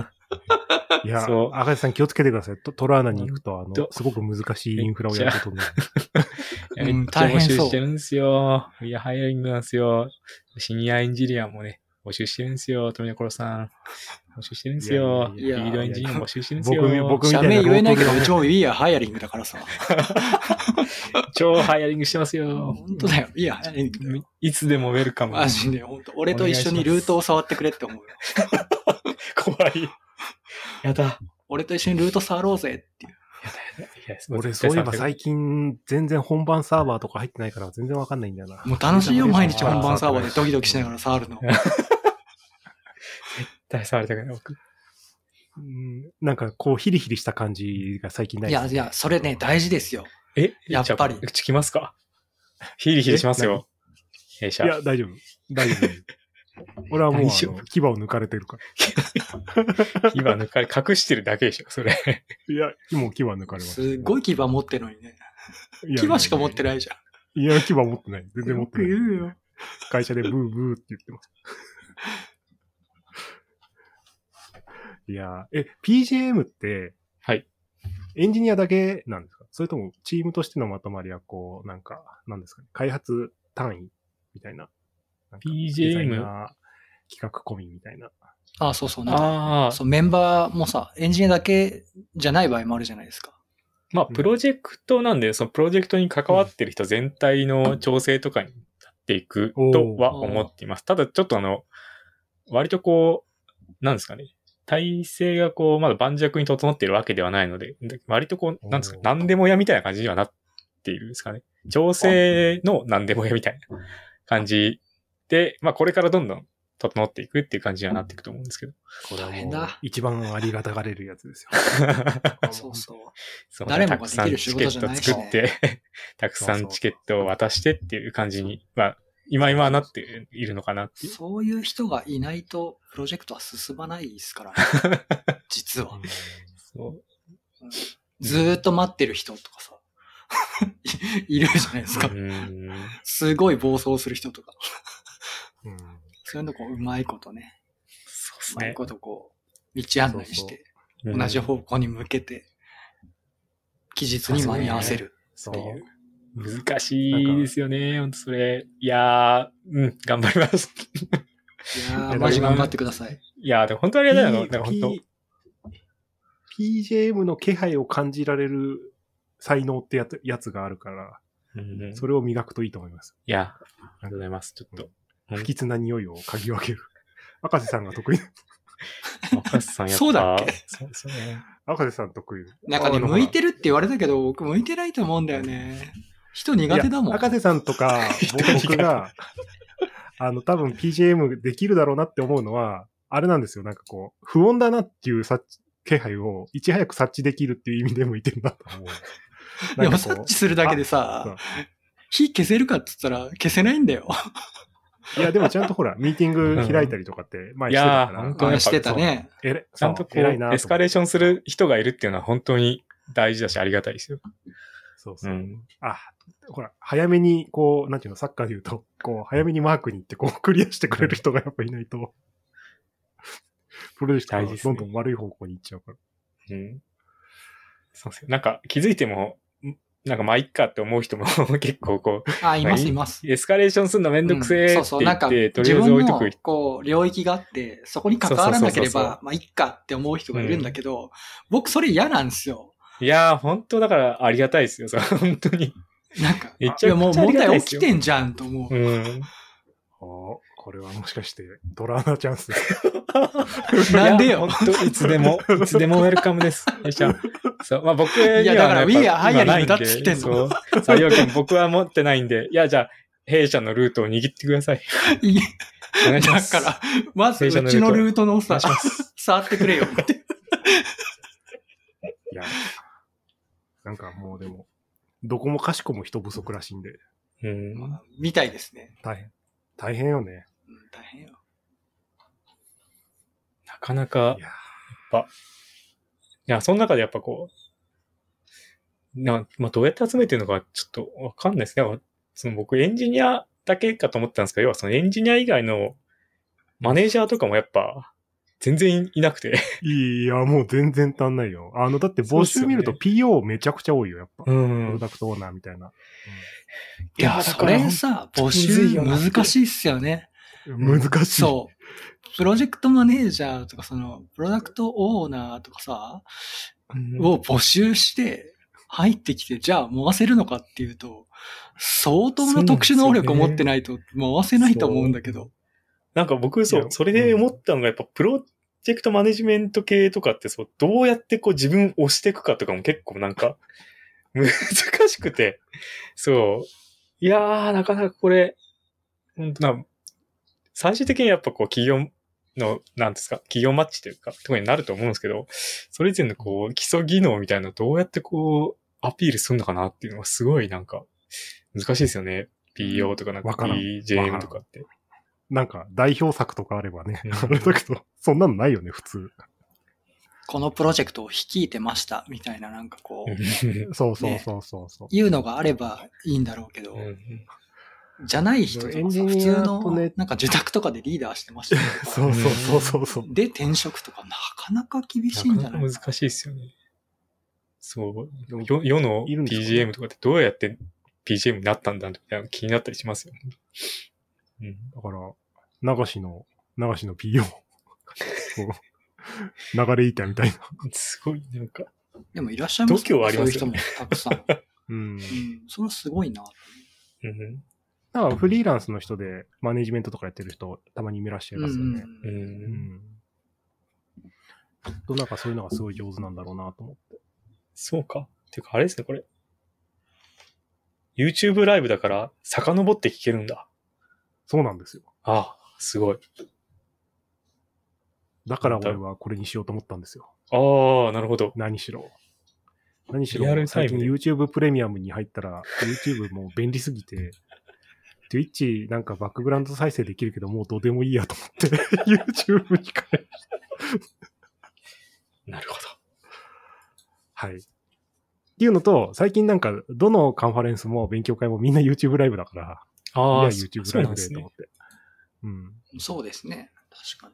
Speaker 3: ん。
Speaker 2: いや
Speaker 3: そう、
Speaker 2: 赤井さん気をつけてください。トトラーナに行くと、あ
Speaker 3: ほん
Speaker 2: の、
Speaker 3: と
Speaker 2: すごく難しいインフラをやることになる。
Speaker 3: い
Speaker 1: うん
Speaker 3: めっちゃ募集してるんですよ。いや、ハイアリングなんですよ。シニアエンジニアもね、募集してるんですよ。富所さん。募集してるんですよ。
Speaker 2: い
Speaker 1: やいやいや
Speaker 3: リードエンジニア募集してるんです
Speaker 2: 僕
Speaker 3: よ。
Speaker 2: み、僕みた
Speaker 1: 社
Speaker 2: いな。
Speaker 1: 名言えないけど、一応 We are hiring だからさ。
Speaker 3: 超ハイアリングしてますよ。
Speaker 1: 本当だよ。We are hiring だよ。
Speaker 3: いつでもウェルカム。
Speaker 1: マジで、本当俺と一緒にルートを触ってくれって思うよ。
Speaker 3: 怖い。やだ。
Speaker 1: 俺と一緒にルート触ろうぜっていう。
Speaker 3: いや
Speaker 2: 俺、そういえば
Speaker 3: 絶対
Speaker 2: 最近、全然本番サーバーとか入ってないから、全然わかんないんだよ な。
Speaker 1: もう楽しいよ、毎日
Speaker 3: あー
Speaker 1: 本番サーバーでドキドキしながら触るの。
Speaker 3: 絶対触りたくない。僕
Speaker 2: うんなんか、こう、ヒリヒリした感じが最近ない
Speaker 1: いやいや、それね、大事ですよ。
Speaker 3: え
Speaker 1: やっぱり
Speaker 3: じゃあうち来ますかヒリヒリしますよ。弊社
Speaker 2: い。や、大丈夫。大丈夫。 俺はもう、あ
Speaker 3: 大
Speaker 2: の
Speaker 3: 丈夫
Speaker 2: 牙を抜かれてるから。
Speaker 3: 今抜かれ、隠してるだけでしょ、それ。
Speaker 2: いや、もう牙抜かれます。
Speaker 1: すごい牙持ってるのにね。
Speaker 2: いや
Speaker 1: 牙しか持って
Speaker 2: い
Speaker 1: ないじゃん。
Speaker 2: や。いや、牙持ってない。全然持って
Speaker 1: よく
Speaker 2: な
Speaker 1: 言
Speaker 2: い。
Speaker 1: うよ。
Speaker 2: 会社でブーブーって言ってます。 いやー、え、PJM って、
Speaker 3: はい。
Speaker 2: エンジニアだけなんですかそれとも、チームとしてのまとまりは、こう、なんか、なんですかね、開発単位みたいな。なんかデザイ
Speaker 3: PJM
Speaker 2: ナー企画込みみたいな。
Speaker 1: あ、そうそう。なんか
Speaker 3: ああ、
Speaker 1: そう、メンバーもさ、エンジニアだけじゃない場合もあるじゃないですか。
Speaker 3: まあ、
Speaker 2: うん
Speaker 3: プロジェクトなんで、そのプロジェクトに関わってる人全体の調整とかに立っていくとは思っています。ただ、ちょっとあの、割とこう、なんですかね。体制がこう、まだ盤石に整っているわけではないので、で割とこう、なんですか
Speaker 2: お、ー
Speaker 3: 何でも屋みたいな感じにはなっているんですかね。調整の何でも屋みたいな感じで、まあ、これからどんどん整っていくっていう感じにはなっていくと思うんですけど。
Speaker 2: これはも
Speaker 1: 大変
Speaker 2: う
Speaker 1: だ、
Speaker 2: 一番ありがたがれるやつですよ。
Speaker 1: そうそう。
Speaker 3: そう
Speaker 1: 誰もが
Speaker 3: たくさん
Speaker 1: できる仕事じゃないし
Speaker 3: チケット作って、 たくさんチケットを渡してっていう感じに、まあ、今今はなっているのかなっていう。
Speaker 1: そういう人がいないと、プロジェクトは進まないですからね、実は。
Speaker 3: そう
Speaker 1: ずーっと待ってる人とかさ、 いいるじゃないですか
Speaker 3: う。ーん
Speaker 1: すごい暴走する人とか。
Speaker 2: うん
Speaker 1: そういうのこう、うまいことね。
Speaker 3: そう
Speaker 1: うまいことこう、道案内して、
Speaker 3: うん
Speaker 1: 同じ方向に向けて、期日に間に合わせる
Speaker 3: そ
Speaker 1: っていうう。。
Speaker 3: 難しいですよね、本当それ。いやー、うん、頑張ります。
Speaker 1: いや
Speaker 2: い
Speaker 1: ー、
Speaker 2: や
Speaker 1: マジ頑張ってください。
Speaker 3: いやー、でも本当ありがたいな、なんか本当
Speaker 2: P- P- PJM の気配を感じられる才能ってやつやつがあるから、
Speaker 3: うんうん。い
Speaker 2: それを磨くといいと思います。
Speaker 3: や、ありがとうございます。ちょっと。
Speaker 2: 不吉な匂いを嗅ぎ分ける。赤瀬さんが得意。
Speaker 3: 若狭さんやっぱ。
Speaker 1: そうだっけ
Speaker 3: そうそうね。
Speaker 2: 赤瀬さん得意。
Speaker 1: なんかね、
Speaker 2: あの
Speaker 1: 向いてるって言われたけど、僕向いてないと思うんだよね。人苦手だ
Speaker 2: い
Speaker 1: もん。
Speaker 2: や赤瀬さんと か、僕僕が、あの、多分 PJM できるだろうなって思うのは、あれなんですよ。なんかこう、不穏だなっていう察知気配を、いち早く察知できるっていう意味で向いてるなと思う。
Speaker 1: でも
Speaker 2: なんかこ
Speaker 1: 察
Speaker 2: う
Speaker 1: 知するだけで
Speaker 2: そう
Speaker 1: さ、火消せるかっつったら消せないんだよ。
Speaker 2: いや、でもちゃんとほら、ミーティング開いたりとかって、前
Speaker 3: い
Speaker 2: してた
Speaker 3: や
Speaker 2: か
Speaker 3: ー
Speaker 2: ら
Speaker 3: 本。当にやっぱ
Speaker 1: してたね。
Speaker 2: えれ
Speaker 3: ちゃんとこ
Speaker 2: そう偉いなと思っ
Speaker 3: う、
Speaker 2: て
Speaker 3: エスカレーションする人がいるっていうのは本当に大事だし、ありがたいですよ。
Speaker 2: そうそうう。
Speaker 3: ん。
Speaker 2: あ、ほら、早めに、こう、なんていうの、サッカーで言うと、こう、早めにマークに行って、こう、クリアしてくれる人がやっぱいないと、プロジェクトが
Speaker 3: 大事です
Speaker 2: どん
Speaker 3: ね
Speaker 2: どん悪い方向に行っちゃうから。
Speaker 3: うん。そうですよ。なんか気づいても、んなんかまあいっかって思う人も 結構こう、
Speaker 1: あ、います
Speaker 3: まあ
Speaker 1: います。
Speaker 3: エスカレーションするのめんどくせえ
Speaker 1: うん
Speaker 3: って言って、
Speaker 1: そうそう、なんか、
Speaker 3: とりあえ
Speaker 1: 自
Speaker 3: ず
Speaker 1: 分
Speaker 3: 置いとく
Speaker 1: の、。こう、領域があって、そこに関わらなけれ
Speaker 3: そうそうそうそうそ
Speaker 1: ば、まあ、いっかって思う人がいるんだけど、僕、それ嫌なんですよ。
Speaker 3: いやー、本当だからありがたいですよ。そう本当に。
Speaker 1: なんか、
Speaker 3: め
Speaker 1: い
Speaker 3: ちゃくちゃ
Speaker 1: や、もう
Speaker 3: あり
Speaker 1: 問
Speaker 3: がたい
Speaker 1: 題
Speaker 3: です
Speaker 1: 起き
Speaker 3: よ
Speaker 1: てんじゃんと思う。
Speaker 3: うん。
Speaker 2: おーこれはもしかして、ドラーナチャンス。
Speaker 1: なんで
Speaker 3: いや
Speaker 1: よ。
Speaker 3: 本当いつでも、いつでもウェルカムです。弊社そう、まあ僕には、
Speaker 1: いやだから
Speaker 3: やっぱ
Speaker 1: We are
Speaker 3: 今な
Speaker 1: hiring
Speaker 3: いん
Speaker 1: だ
Speaker 3: で
Speaker 1: っつってんの
Speaker 3: そう。採用権僕は持ってないんで、いや、じゃあ、弊社のルートを握ってください。
Speaker 1: いや
Speaker 3: お願いしま
Speaker 1: だ
Speaker 3: す。
Speaker 1: から、まず、う
Speaker 3: 弊社のルート
Speaker 1: ちのルートのさ
Speaker 3: お願いしま、
Speaker 1: 触ってくれよって。
Speaker 2: いや、なんかもうでも、どこもかしこも人不足らしいんで、
Speaker 3: うん。
Speaker 1: みたいですね。
Speaker 2: 大変。大変よね。
Speaker 1: うん大変よ。
Speaker 3: なかなか
Speaker 2: い、や
Speaker 3: いや、その中でやっぱこう、なまあ、どうやって集めてるのかちょっとわかんないですね。その僕エンジニアだけかと思ってたんですけど、要はそのエンジニア以外のマネージャーとかもやっぱ全然いなくて。
Speaker 2: いや、もう全然足んないよ。あの、だって
Speaker 3: そうっ
Speaker 2: 募
Speaker 3: す
Speaker 2: 集
Speaker 3: よね
Speaker 2: 見ると PO めちゃくちゃ多いよ、やっぱ。
Speaker 3: う
Speaker 2: プロ
Speaker 3: ん。
Speaker 2: ダクトオーナーみたいな。
Speaker 1: いや、
Speaker 3: だ
Speaker 1: そ
Speaker 3: から
Speaker 1: れさ、募
Speaker 3: むずい
Speaker 1: 集
Speaker 3: よなって
Speaker 1: 難しいっすよね。
Speaker 2: 難しい。
Speaker 1: そう。プロジェクトマネージャーとか、その、プロダクトオーナーとかさ、を募集して、入ってきて、じゃあ回せるのかっていうと、相当な特殊能力を持ってないと回せないと思うんだけど。
Speaker 3: なんか僕、そ、
Speaker 2: いうや
Speaker 3: それで思ったのが、やっぱプロジェクトマネジメント系とかって、そう、どうやってこう自分を押していくかとかも結構なんか、 難しくて、そう。いやー、なかなかこれ、本当な、最終的にやっぱこう企業の、なんですか、企業マッチというか、とかになると思うんですけど、それ以前のこう、基礎技能みたいなのをどうやってこう、アピールするのかなっていうのはすごいなんか、難しいですよね。PO とかなんか
Speaker 2: わからん
Speaker 3: PJM とかって。
Speaker 2: なんか、代表作とかあればね
Speaker 3: う、ん
Speaker 2: あれだけど、そんなのないよね、普通。
Speaker 1: このプロジェクトを率いてました、みたいな、なんかこう、
Speaker 2: そうそうそうそうそう。
Speaker 1: いうのがあればいいんだろうけど、じゃない人とか
Speaker 2: エ
Speaker 1: さ、
Speaker 2: ンジ
Speaker 1: 普
Speaker 2: ニ
Speaker 1: 通
Speaker 2: アと
Speaker 1: の
Speaker 2: ね、
Speaker 1: なんか受託とかでリーダーしてましたよとか
Speaker 2: そうそうそうそうそう。
Speaker 1: で、転職とかなかなか厳しいんじゃ
Speaker 3: なか
Speaker 1: ない
Speaker 3: なか難しいですよね。そう。世世の
Speaker 2: いるんですかね
Speaker 3: PGM とかってどうやって PGM になったんだみたいなの気になったりしますよ。うん、
Speaker 2: だから、流しの、流しの PO。こう流れ板みたいな。
Speaker 3: すごい、なんか。
Speaker 1: でもいらっしゃいます
Speaker 3: 度胸あります
Speaker 1: そ
Speaker 3: よ
Speaker 1: ういう
Speaker 3: ね
Speaker 1: 人もたくさん。
Speaker 2: うん。
Speaker 1: うん、それはすごいな。
Speaker 3: うん
Speaker 2: だからフリーランスの人でマネジメントとかやってる人、たまにいらっしゃいますよね。
Speaker 3: う
Speaker 2: うんん。きっとなんかそういうのがすごい上手なんだろうなと思って。
Speaker 3: そうか。ていうか、あれですね、これ。YouTube ライブだから、遡って聞けるんだ。
Speaker 2: そうなんですよ。
Speaker 3: ああ、すごい。
Speaker 2: だから俺はこれにしようと思ったんですよ。
Speaker 3: ああ、なるほど。
Speaker 2: 何しろ。何し
Speaker 3: リアル
Speaker 2: ろ、
Speaker 3: タイ
Speaker 2: 最
Speaker 3: ム
Speaker 2: 近
Speaker 3: で
Speaker 2: YouTube プレミアムに入ったら、YouTube もう便利すぎて、Twitch なんかバックグラウンド再生できるけど、もうどうでもいいやと思って、YouTube に変え。
Speaker 3: なるほど。
Speaker 2: はい。っていうのと、最近なんか、どのカンファレンスも勉強会もみんな YouTube ライブだから、
Speaker 3: ああ、
Speaker 2: いや YouTube
Speaker 3: そ
Speaker 2: ラ
Speaker 3: う
Speaker 2: イ
Speaker 3: なん
Speaker 2: ブで
Speaker 3: で
Speaker 2: すと思
Speaker 3: ね
Speaker 2: っ。て。うん。
Speaker 1: そうですね。確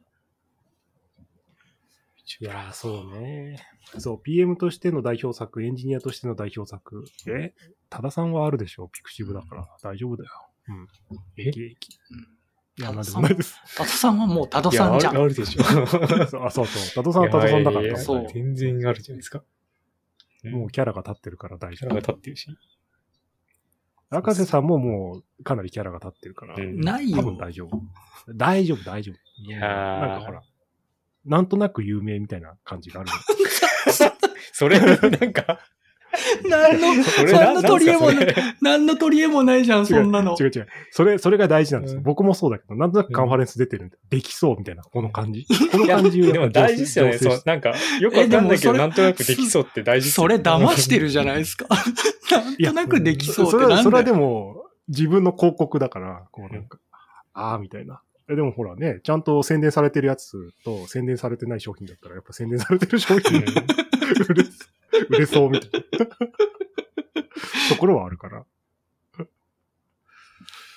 Speaker 1: かに。
Speaker 2: いやー、そうね。そう、PM としての代表作、エンジニアとしての代表作。え多田さんはあるでしょピクシブだから。大丈夫だよ。うん。
Speaker 3: え
Speaker 2: 益益。
Speaker 1: うん。
Speaker 2: いや、
Speaker 1: 多
Speaker 2: なん
Speaker 1: 田
Speaker 2: で
Speaker 1: さ
Speaker 2: も
Speaker 1: ん
Speaker 2: ないです。
Speaker 1: 多田さんはもう多田
Speaker 3: いや
Speaker 1: さんじゃ
Speaker 3: ある
Speaker 1: ん。
Speaker 3: あるでしょ。
Speaker 2: そうあそうそう。多田さんは多田さんだか
Speaker 3: いやいやい
Speaker 2: ら。
Speaker 3: や
Speaker 1: そう
Speaker 3: 全然あるじゃないですか。
Speaker 2: もうキャラが立ってるから大
Speaker 3: キャ
Speaker 2: 丈
Speaker 3: ラが立
Speaker 2: 夫
Speaker 3: っ。てるし。
Speaker 2: 赤瀬さんももうかなりキャラが立ってるから。
Speaker 3: うん
Speaker 1: ない
Speaker 2: 多分
Speaker 1: よ。
Speaker 2: 大丈夫。大丈夫、大丈夫。
Speaker 3: いやー
Speaker 2: なんかほら、なんとなく有名みたいな感じがある。
Speaker 3: それ、なんか、
Speaker 1: 何の、
Speaker 3: それ
Speaker 1: 何の取り柄もな
Speaker 3: な
Speaker 1: んい
Speaker 3: すかそれ。
Speaker 1: 何の取り柄もないじゃん、そんなの
Speaker 2: 違う。違う。それ、それが大事なんですよ。
Speaker 3: うん
Speaker 2: 僕もそうだけど、なんとなくカンファレンス出てるんで、できそうみたいな、この 感じ。この感じを。
Speaker 3: でも大事ですよね。
Speaker 2: 醸成
Speaker 3: そう
Speaker 2: し、
Speaker 3: なんか、よくわ
Speaker 1: え
Speaker 3: かんないけ
Speaker 1: でもそ
Speaker 3: ど、
Speaker 1: れ
Speaker 3: なんとなくできそうって大事
Speaker 1: それ騙して
Speaker 3: る。
Speaker 1: るじゃないですか。なん
Speaker 2: いや
Speaker 1: となくできそうって
Speaker 2: れ
Speaker 1: な
Speaker 2: は、
Speaker 1: ん
Speaker 2: それ
Speaker 1: だ
Speaker 2: はで
Speaker 1: よ
Speaker 2: も、自分の広告だから、こうなんか、あーみたいな。えでもほらね、ちゃんと宣伝されてるやつと宣伝されてない商品だったら、やっぱ宣伝されてる商
Speaker 3: うん
Speaker 2: 品売れ 売れそうみたいなところはあるから。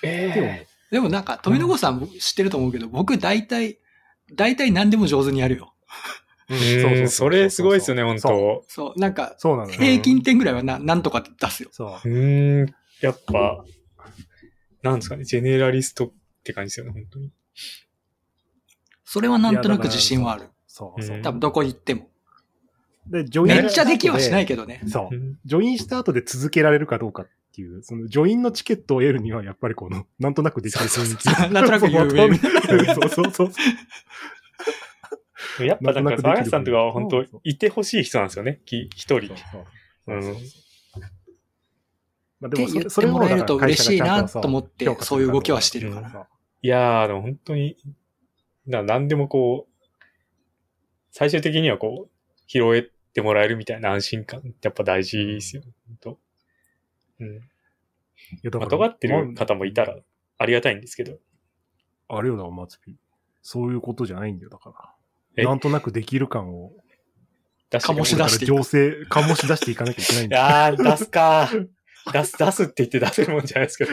Speaker 2: でも
Speaker 3: え
Speaker 1: でもなんか、富永さん僕知ってると思うけど、僕大体、大体何でも上手にやるよ。
Speaker 3: え
Speaker 2: そうそう
Speaker 3: う
Speaker 2: そ
Speaker 3: ん
Speaker 2: う
Speaker 3: それすごいですよね、本
Speaker 2: そう
Speaker 3: 当
Speaker 1: そう、なんか、
Speaker 2: そうなのよ。
Speaker 1: 平均点ぐらいはな、なんとか出すよ。
Speaker 2: そう
Speaker 3: ーん、やっぱ、なんですかね、ジェネラリストって感じですよね、本当に。
Speaker 1: それはなんとなく自信はある。
Speaker 2: う。そう
Speaker 3: う
Speaker 2: そ
Speaker 3: ん
Speaker 2: う。
Speaker 1: 多分どこ行っても。
Speaker 2: で、ジョ
Speaker 1: め
Speaker 2: イン
Speaker 1: っちゃできはしないけどね。
Speaker 2: そうう。
Speaker 3: ん
Speaker 2: ジョインした後で続けられるかどうかっていう、そのジョインのチケットを得るには、やっぱりこの、 なんとなくできる雰囲気。
Speaker 1: なんとなく有名みたいな。
Speaker 2: そうそうそう。
Speaker 3: やっぱなん
Speaker 2: な
Speaker 3: か、
Speaker 2: んとなくできる
Speaker 3: 高橋さんとかは本
Speaker 2: そ
Speaker 3: 当
Speaker 2: うそう、
Speaker 3: いてほしい人なんですよね、き一人。うん
Speaker 2: まあで
Speaker 1: って
Speaker 2: も
Speaker 1: 言
Speaker 2: そ、
Speaker 1: っ
Speaker 2: そ
Speaker 1: て
Speaker 2: れ
Speaker 1: も
Speaker 2: もだ
Speaker 1: らえ
Speaker 2: か
Speaker 1: る
Speaker 2: ら
Speaker 1: と
Speaker 2: 会
Speaker 1: 嬉しい
Speaker 2: 社がちゃん
Speaker 1: な
Speaker 2: さ
Speaker 1: と思って
Speaker 2: 評価、す
Speaker 1: そうい
Speaker 2: る
Speaker 1: う
Speaker 2: かど
Speaker 1: 動
Speaker 2: か
Speaker 1: きはしてるから。
Speaker 2: そう
Speaker 3: いやー、でも本当に、な何でもこう、最終的にはこう、拾えてもらえるみたいな安心感ってやっぱ大事ですよ、本当。うん。
Speaker 2: いやだ
Speaker 3: ま
Speaker 2: か
Speaker 3: あ、
Speaker 2: ら
Speaker 3: 尖ってる方もいたらありがたいんですけど。
Speaker 2: あれよだ、お祭り。そういうことじゃないんだよ、だか
Speaker 3: え
Speaker 2: ら。なんとなくできる感を、
Speaker 3: 出して
Speaker 1: 醸し出していく
Speaker 2: 醸成、醸し出していかなきゃいけないんだよ。
Speaker 3: ああ、出すか。出す、出すって言って出せるもんじゃないですけど。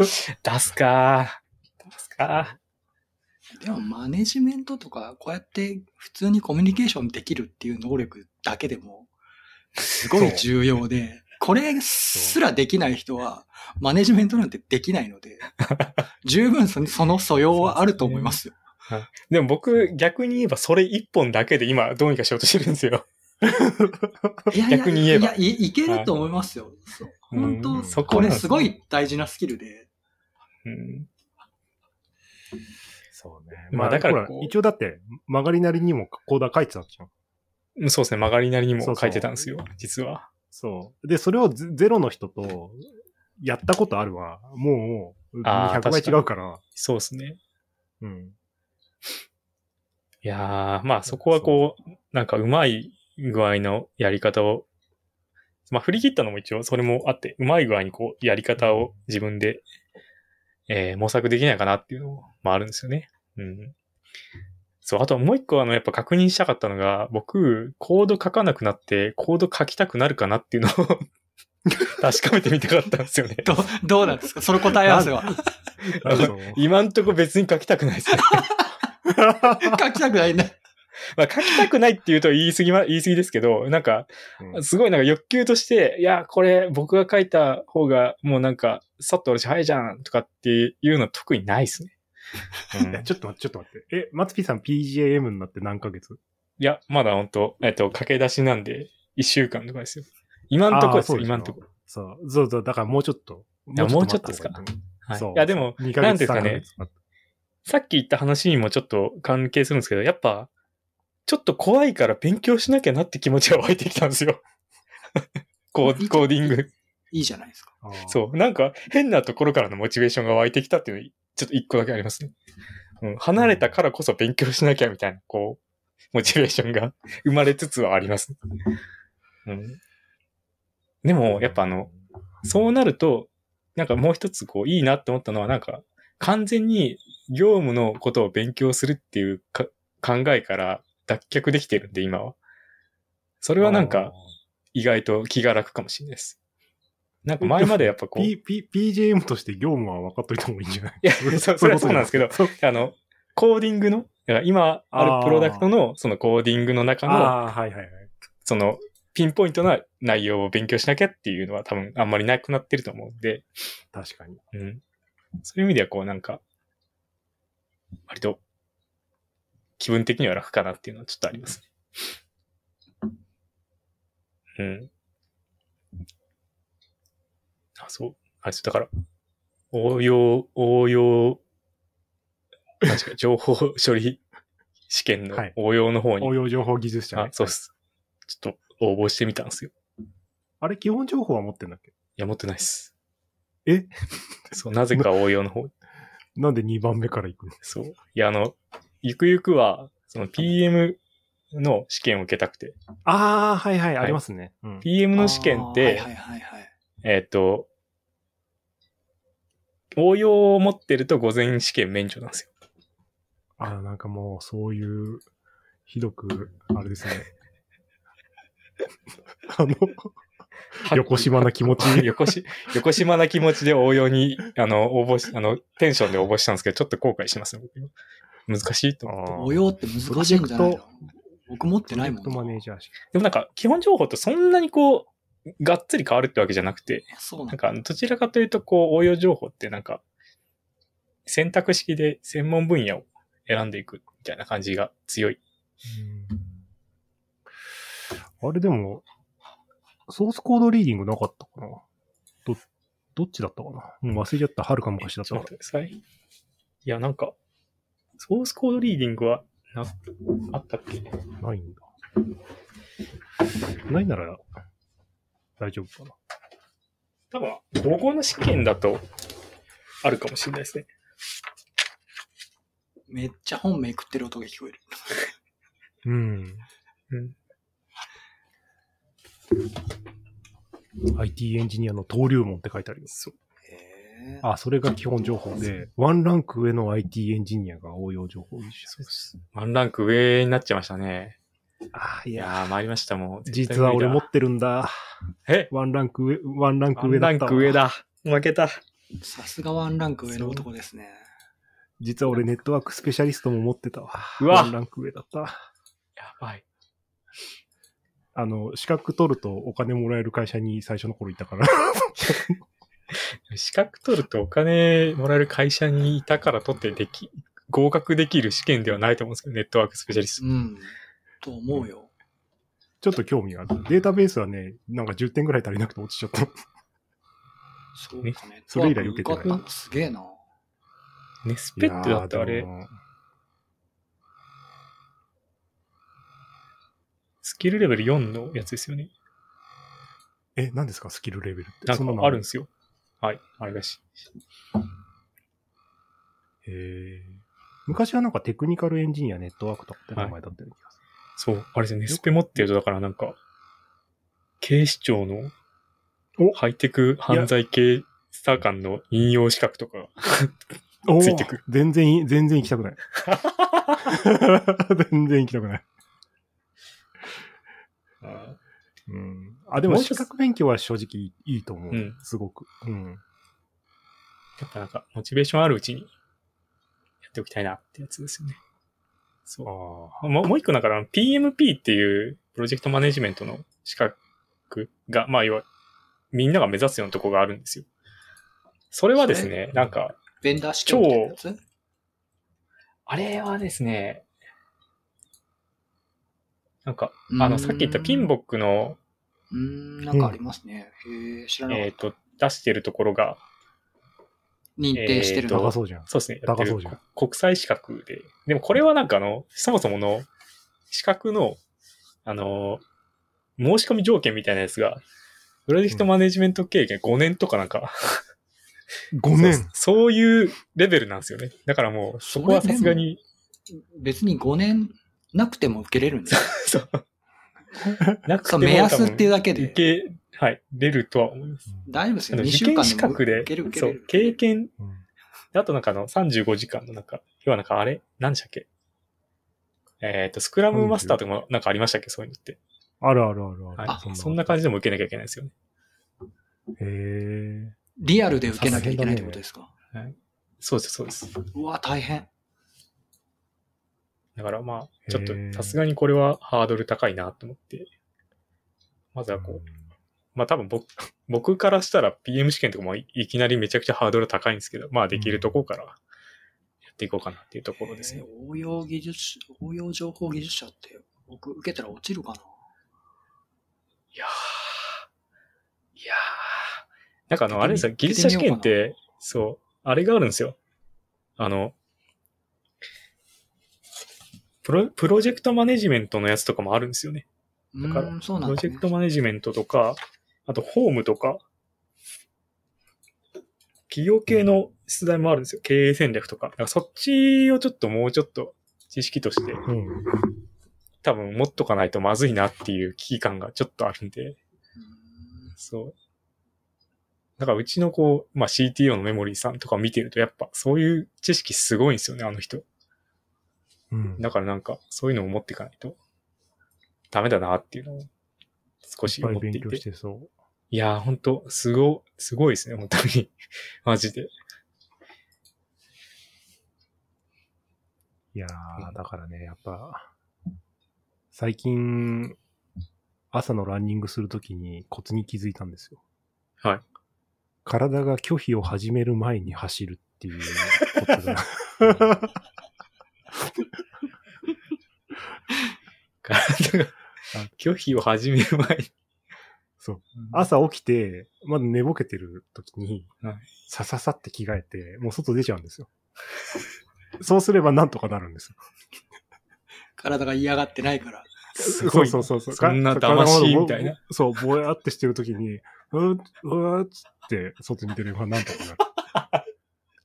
Speaker 3: 出すか。出すか。
Speaker 1: でもマネジメントとか、こうやって普通にコミュニケーションできるっていう能力だけでも、すごい重要で、これすらできない人は、マネジメントなんてできないの で、十分そのその素養はあると思いますよ。
Speaker 3: でも僕、逆に言えばそれ一本だけで今どうにかしようとしてるんですよ。
Speaker 1: いやいや
Speaker 3: 逆に言えば
Speaker 1: いや、いいけると思いますよ。そう本
Speaker 3: うん
Speaker 1: 当、
Speaker 3: そ
Speaker 1: こ
Speaker 3: こなん
Speaker 1: れ
Speaker 3: です
Speaker 1: すごい大事なスキルで、
Speaker 3: うん、
Speaker 2: そうね。
Speaker 3: まあだから
Speaker 2: ほら
Speaker 3: こう
Speaker 2: 一応だって、曲がりなりにもコーダー書いてたじゃん。
Speaker 3: そうですね。曲がりなりに
Speaker 2: そう
Speaker 3: も
Speaker 2: そう
Speaker 3: 書いてたんですよ、実は。
Speaker 2: そう。で、それをゼゼロの人と、やったことあるわ。もう、
Speaker 3: あー
Speaker 2: 200倍
Speaker 3: 確かに
Speaker 2: 違うから。
Speaker 3: そうですね。
Speaker 2: うん。
Speaker 3: いやー、まあそこはこう、なんかうまい具合のやり方を、まあ振り切ったのも一応それもあって、うまい具合にこう、やり方を自分で、えー模索できないかなっていうのもまああるんですよね。うん。そう、あともう一個あの、やっぱ確認したかったのが、僕、コード書かなくなって、コード書きたくなるかなっていうのを 確かめてみたかったんですよね。
Speaker 1: ど、どうなんですかその答え合わ せは。
Speaker 2: そう
Speaker 3: 今んとこ別に書きたくないですね。
Speaker 1: 書きたくないんだ。
Speaker 3: まあ書きたくないっていうと言い過ぎま、言い過ぎですけど、なんか、
Speaker 2: うん
Speaker 3: すごいなんか欲求として、いや、これ僕が書いた方がもうなんか、さっと俺し早いじゃんとかっていうの特にないで すね。うん
Speaker 2: いやちょっと待って、ちょっと待って。え、松ピさん PGAM になって何ヶ月
Speaker 3: いや、まだ本当えっと、駆け出しなんで、一週間とかですよ。今んとこです
Speaker 2: あーそう
Speaker 3: よ、
Speaker 2: でしょ
Speaker 3: 今んとこ。
Speaker 2: そう、そうそう、だからもうちょっと。
Speaker 3: いや
Speaker 2: 待った方がいいと思
Speaker 3: はい、
Speaker 2: そう
Speaker 3: いや、でも、
Speaker 2: う。2ヶ
Speaker 3: なん
Speaker 2: 月、
Speaker 3: ですかね
Speaker 2: 3ヶ月待っ
Speaker 3: さっき言った話にもちょっと関係するんですけど、やっぱ、ちょっと怖いから勉強しなきゃなって気持ちが湧いてきたんですよ。 コーコーディング。
Speaker 1: いいじゃないですか。
Speaker 2: たあー
Speaker 3: そう。なんか、変なところからのモチベーションが湧いてきたっていうの、ちょっと一個だけありますね。うん。離れたからこそ勉強しなきゃみたいな、こう、モチベーションが 生まれつつはあります。うん。でも、やっぱあの、そうなると、なんかもう一つこう、いいなって思ったのは、なんか、完全に業務のことを勉強するっていうか考えから脱却できてるんで、今は。それはなんか、、意外と気が楽かもしれないです。なんか前までやっぱ
Speaker 2: あ
Speaker 3: こう、
Speaker 2: ー P P PGM として業務は分かっといた方がいいんじゃない
Speaker 3: いやそそれはそうなんですけど
Speaker 2: そう
Speaker 3: あの、コーディングの、だから今あ
Speaker 2: あー
Speaker 3: るプロダクトの、そのコーディングの中の、
Speaker 2: ああ、はいはいはい。
Speaker 3: その、ピンポイントな内容を勉強しなきゃっていうのは多分あんまりなくなってると思うんで、
Speaker 2: 確かに。
Speaker 3: うん。そういう意味ではこうなんか、割と、気分的には楽かなっていうのはちょっとありますね。うん。あ、そう。あれですだから、応用、応用、確か情報処理試験の
Speaker 2: はい
Speaker 3: 応用の方に、
Speaker 2: 応用情報技術者、
Speaker 3: あ、そうっす。ちょっと応募してみたんですよ。
Speaker 2: あれ、基本情報は持ってんだっけ
Speaker 3: いや、持ってないっす。
Speaker 2: え
Speaker 3: そう、なぜか応用の方
Speaker 2: なんで2番目から行くの
Speaker 3: そう。いや、あの、ゆくゆくは、その PM の試験を受けたくて。
Speaker 2: ああ、はいはい、
Speaker 3: はい
Speaker 2: ありますね。うん。
Speaker 3: PM の試験っ
Speaker 1: あーは
Speaker 3: て、
Speaker 1: いはいはいはい。
Speaker 3: えっと、応用を持ってると午前試験免除なんですよ。
Speaker 2: ああ、なんかもう、そういう、ひどく、あれ ですね。あの、横島な気持ち。
Speaker 3: 横し、横島な気持ちで応用に、あの、応募し、あの、テンションで応募したんですけど、ちょっと後悔してますね、僕難しいと思う。
Speaker 1: 応用って難しいんじゃない
Speaker 2: プロジェク
Speaker 1: の僕持ってないもん
Speaker 2: プロジェクトマ
Speaker 1: な。
Speaker 2: ネージャー試験
Speaker 3: でもなんか、基本情報とそんなにこう、がっつり変わるってわけじゃなくて、
Speaker 1: そうな
Speaker 3: なんん
Speaker 1: だ。
Speaker 3: か、どちらかというと、こう、応用情報ってなんか、選択式で専門分野を選んでいくみたいな感じが強い。
Speaker 2: うんあれでも、ソースコードリーディングなかったかなど、どっちだったかなもう忘れちゃった。はるか昔だっ
Speaker 3: ち
Speaker 2: た
Speaker 3: ょっ
Speaker 2: か
Speaker 3: と待ってください。いや、なんか、ソースコードリーディングは、な、あったっけ
Speaker 2: ら。ないんだ。ないなら、大丈夫か
Speaker 3: 多分、午後の試験だと、あるかもしれないですね。
Speaker 1: めっちゃ本めくってる音が聞こえる。
Speaker 2: な。うん。IT エンジニアの登竜門って書いてあるよ。
Speaker 1: へー
Speaker 2: あ、それが基本情報で、ワンランク上の IT エンジニアが応用情報技術
Speaker 3: そうです。ワンランク上になっちゃいましたね。
Speaker 2: あ、い
Speaker 3: いやー、参りました、もう。
Speaker 2: 実は俺持
Speaker 3: も
Speaker 2: ってるんだ。
Speaker 3: え
Speaker 2: ワンランク上、ワンラン
Speaker 3: ワ
Speaker 2: ク
Speaker 3: ン
Speaker 2: 上だ
Speaker 3: ラ
Speaker 2: っ
Speaker 3: ン
Speaker 2: たわ
Speaker 3: ク上だ。負けた。
Speaker 1: さすがワンランク上の男ですね。
Speaker 2: 実は俺ネットワークスペシャリストも持ってたわ。
Speaker 3: う
Speaker 2: ワ
Speaker 3: わ
Speaker 2: ンランク上だった。
Speaker 3: やばい。
Speaker 2: あの、資格取るとお金もらえる会社に最初の頃いたから。
Speaker 3: 資格取るとお金もらえる会社にいたから取ってでき、合格できる試験ではないと思うんですけど、ネットワークスペシャリスト。
Speaker 1: うん。と思うよ。
Speaker 2: ちょっと興味がある。データベースはね、なんか10点ぐらい足りなくて落ちちゃった。
Speaker 1: そうかね。
Speaker 2: それ以来受けてない
Speaker 1: 受かったのすげえな。
Speaker 3: ネスペってだって
Speaker 2: い
Speaker 3: あ
Speaker 2: や
Speaker 3: れ
Speaker 2: ー、で、も
Speaker 3: スキルレベル4のやつですよね。
Speaker 2: え、何ですかスキルレベルって。
Speaker 3: なん
Speaker 2: その
Speaker 3: かあるんですよ。はい、あれだし。
Speaker 2: へー昔はなんかテクニカルエンジニアネットワークとかって名前だったような気がす
Speaker 3: そう、あれですよネスペ持ってると、だからなんか、警視庁の
Speaker 2: お
Speaker 3: ハイテク犯罪系査官の引用資格とかが、
Speaker 2: る。おー
Speaker 3: ついてくる
Speaker 2: 全然い、全然行きたくない。 全然行きたくない。うん。あ、でも
Speaker 3: もう一
Speaker 2: 資
Speaker 3: つ
Speaker 2: 格勉強は正直いいと思う。
Speaker 3: うん
Speaker 2: すごく。うん。
Speaker 3: やっぱなんか、モチベーションあるうちに、やっておきたいなってやつですよね。そう。
Speaker 2: ああ。
Speaker 3: もうもう一個だから、PMP っていうプロジェクトマネジメントの資格が、まあ、要は、みんなが目指すようなとこがあるんですよ。それはですね、なんか、
Speaker 1: ベンダー試験みたいなやつ
Speaker 3: あれはですね、なんか、
Speaker 1: うん
Speaker 3: あの、さっき言ったピンボックの、
Speaker 1: うーん、なんかありますね。へえ、知らなか
Speaker 3: え
Speaker 1: っ。
Speaker 3: ったと、出してるところが、
Speaker 1: 認定してる
Speaker 3: えー
Speaker 1: の
Speaker 2: 高
Speaker 3: と。
Speaker 2: そうじゃん。
Speaker 3: そうですね、やってる
Speaker 2: 高そうじゃん
Speaker 3: こ国際資格で。でもこれはなんかあの、そもそもの資格の、あの、申し込み条件みたいなやつが、プロジェクトマネジメント経験5年とかなんか、
Speaker 2: 5
Speaker 3: そう
Speaker 2: 年。
Speaker 3: そういうレベルなんですよね。だからもう、そこはさすがに、
Speaker 1: 別に5年なくても受けれるんですよ。
Speaker 3: そう。なくて
Speaker 1: そう
Speaker 3: も
Speaker 1: 目安っていうだけ
Speaker 3: 多分い
Speaker 1: で。
Speaker 3: け、はい、出るとは思います。
Speaker 1: 大丈夫です
Speaker 3: あ
Speaker 1: よ。2
Speaker 3: の受
Speaker 1: 週間
Speaker 3: 験
Speaker 1: で
Speaker 3: 資
Speaker 1: も
Speaker 3: 格
Speaker 1: 受
Speaker 3: で
Speaker 1: ける受け
Speaker 3: そ
Speaker 1: れ
Speaker 3: う
Speaker 1: る、。
Speaker 3: 経験、
Speaker 2: うん
Speaker 3: あとなんかあの、35時間のなんか、要はなんかあれ、何でしたっけえっ、と、スクラムマスターとかもなんかありましたっけそういうのって。
Speaker 2: あるあるあるある。
Speaker 3: はい。そんな感じでも受けなきゃいけないですよね。
Speaker 2: じ。へえ。
Speaker 1: リアルで受けなきゃいけないってことですか。
Speaker 3: そうです、そうです。
Speaker 1: うわ、大変。
Speaker 3: だからまあ、ちょっと
Speaker 2: へー
Speaker 3: さすがにこれはハードル高いなと思って。まずはこう、まあ多分僕、 僕からしたら PM 試験とかもいいきなりめちゃくちゃハードル高いんですけど、まあできるとこからやっていこうかなっていうところです
Speaker 1: え
Speaker 3: ね。
Speaker 1: ー応用技術者、応用情報技術者って、僕受けたら落ちるかない
Speaker 3: やー。いやー。なんかあの、あれですよ、技術者試験っ
Speaker 1: や
Speaker 3: て、そう、あれがあるんですよ。あの、プロ、プロジェクトマネジメントのやつとかもあるんですよね。
Speaker 1: う
Speaker 3: だから
Speaker 1: ーん、そう
Speaker 3: プ
Speaker 1: な
Speaker 3: ロ
Speaker 1: ん
Speaker 3: ジ
Speaker 1: だ、
Speaker 3: ェ
Speaker 1: ね
Speaker 3: ク。トマネジメントとか、あとホームとか、企業系の出題もあるんですよ。経営戦略とか。だからそっちをちょっともうちょっと知識として、
Speaker 2: うん。
Speaker 3: 多分持っとかないとまずいなっていう危機感がちょっとあるんで。
Speaker 1: うーん
Speaker 3: そう。だからうちのこう、まあ、CTO のメモリーさんとかを見てると、やっぱそういう知識すごいんですよね、あの人。
Speaker 2: うん。
Speaker 3: だからなんか、そういうのを持っていかないと、ダメだなっていうのを、少
Speaker 2: い
Speaker 3: し
Speaker 2: っぱ
Speaker 3: 思っ
Speaker 2: い
Speaker 3: てい
Speaker 2: 勉
Speaker 3: て。
Speaker 2: 強してそう。
Speaker 3: いやー、ほんと、すご、すごいですね、本当に。 マジで。
Speaker 2: いやー、だからね、やっぱ、最近、朝のランニングするときにコツに気づいたんですよ。
Speaker 3: はい。
Speaker 2: 体が拒否を始める前に走るっていうコツ が。
Speaker 3: 体が、拒否を始める前に。
Speaker 2: そう。
Speaker 3: あ、
Speaker 2: 朝起きて、まだ寝ぼけてるときに
Speaker 3: はい、
Speaker 2: さささって着替えて、もう外出ちゃうんですよ。そうすればなんとかなるんですよ。
Speaker 1: 体が嫌がってないから。
Speaker 3: すごい。
Speaker 2: そうそうそう。
Speaker 3: そんな騙しみたいな。
Speaker 2: そう、ぼやってしてるときに、 うーうわーっつって、外に出ればなんとかなる。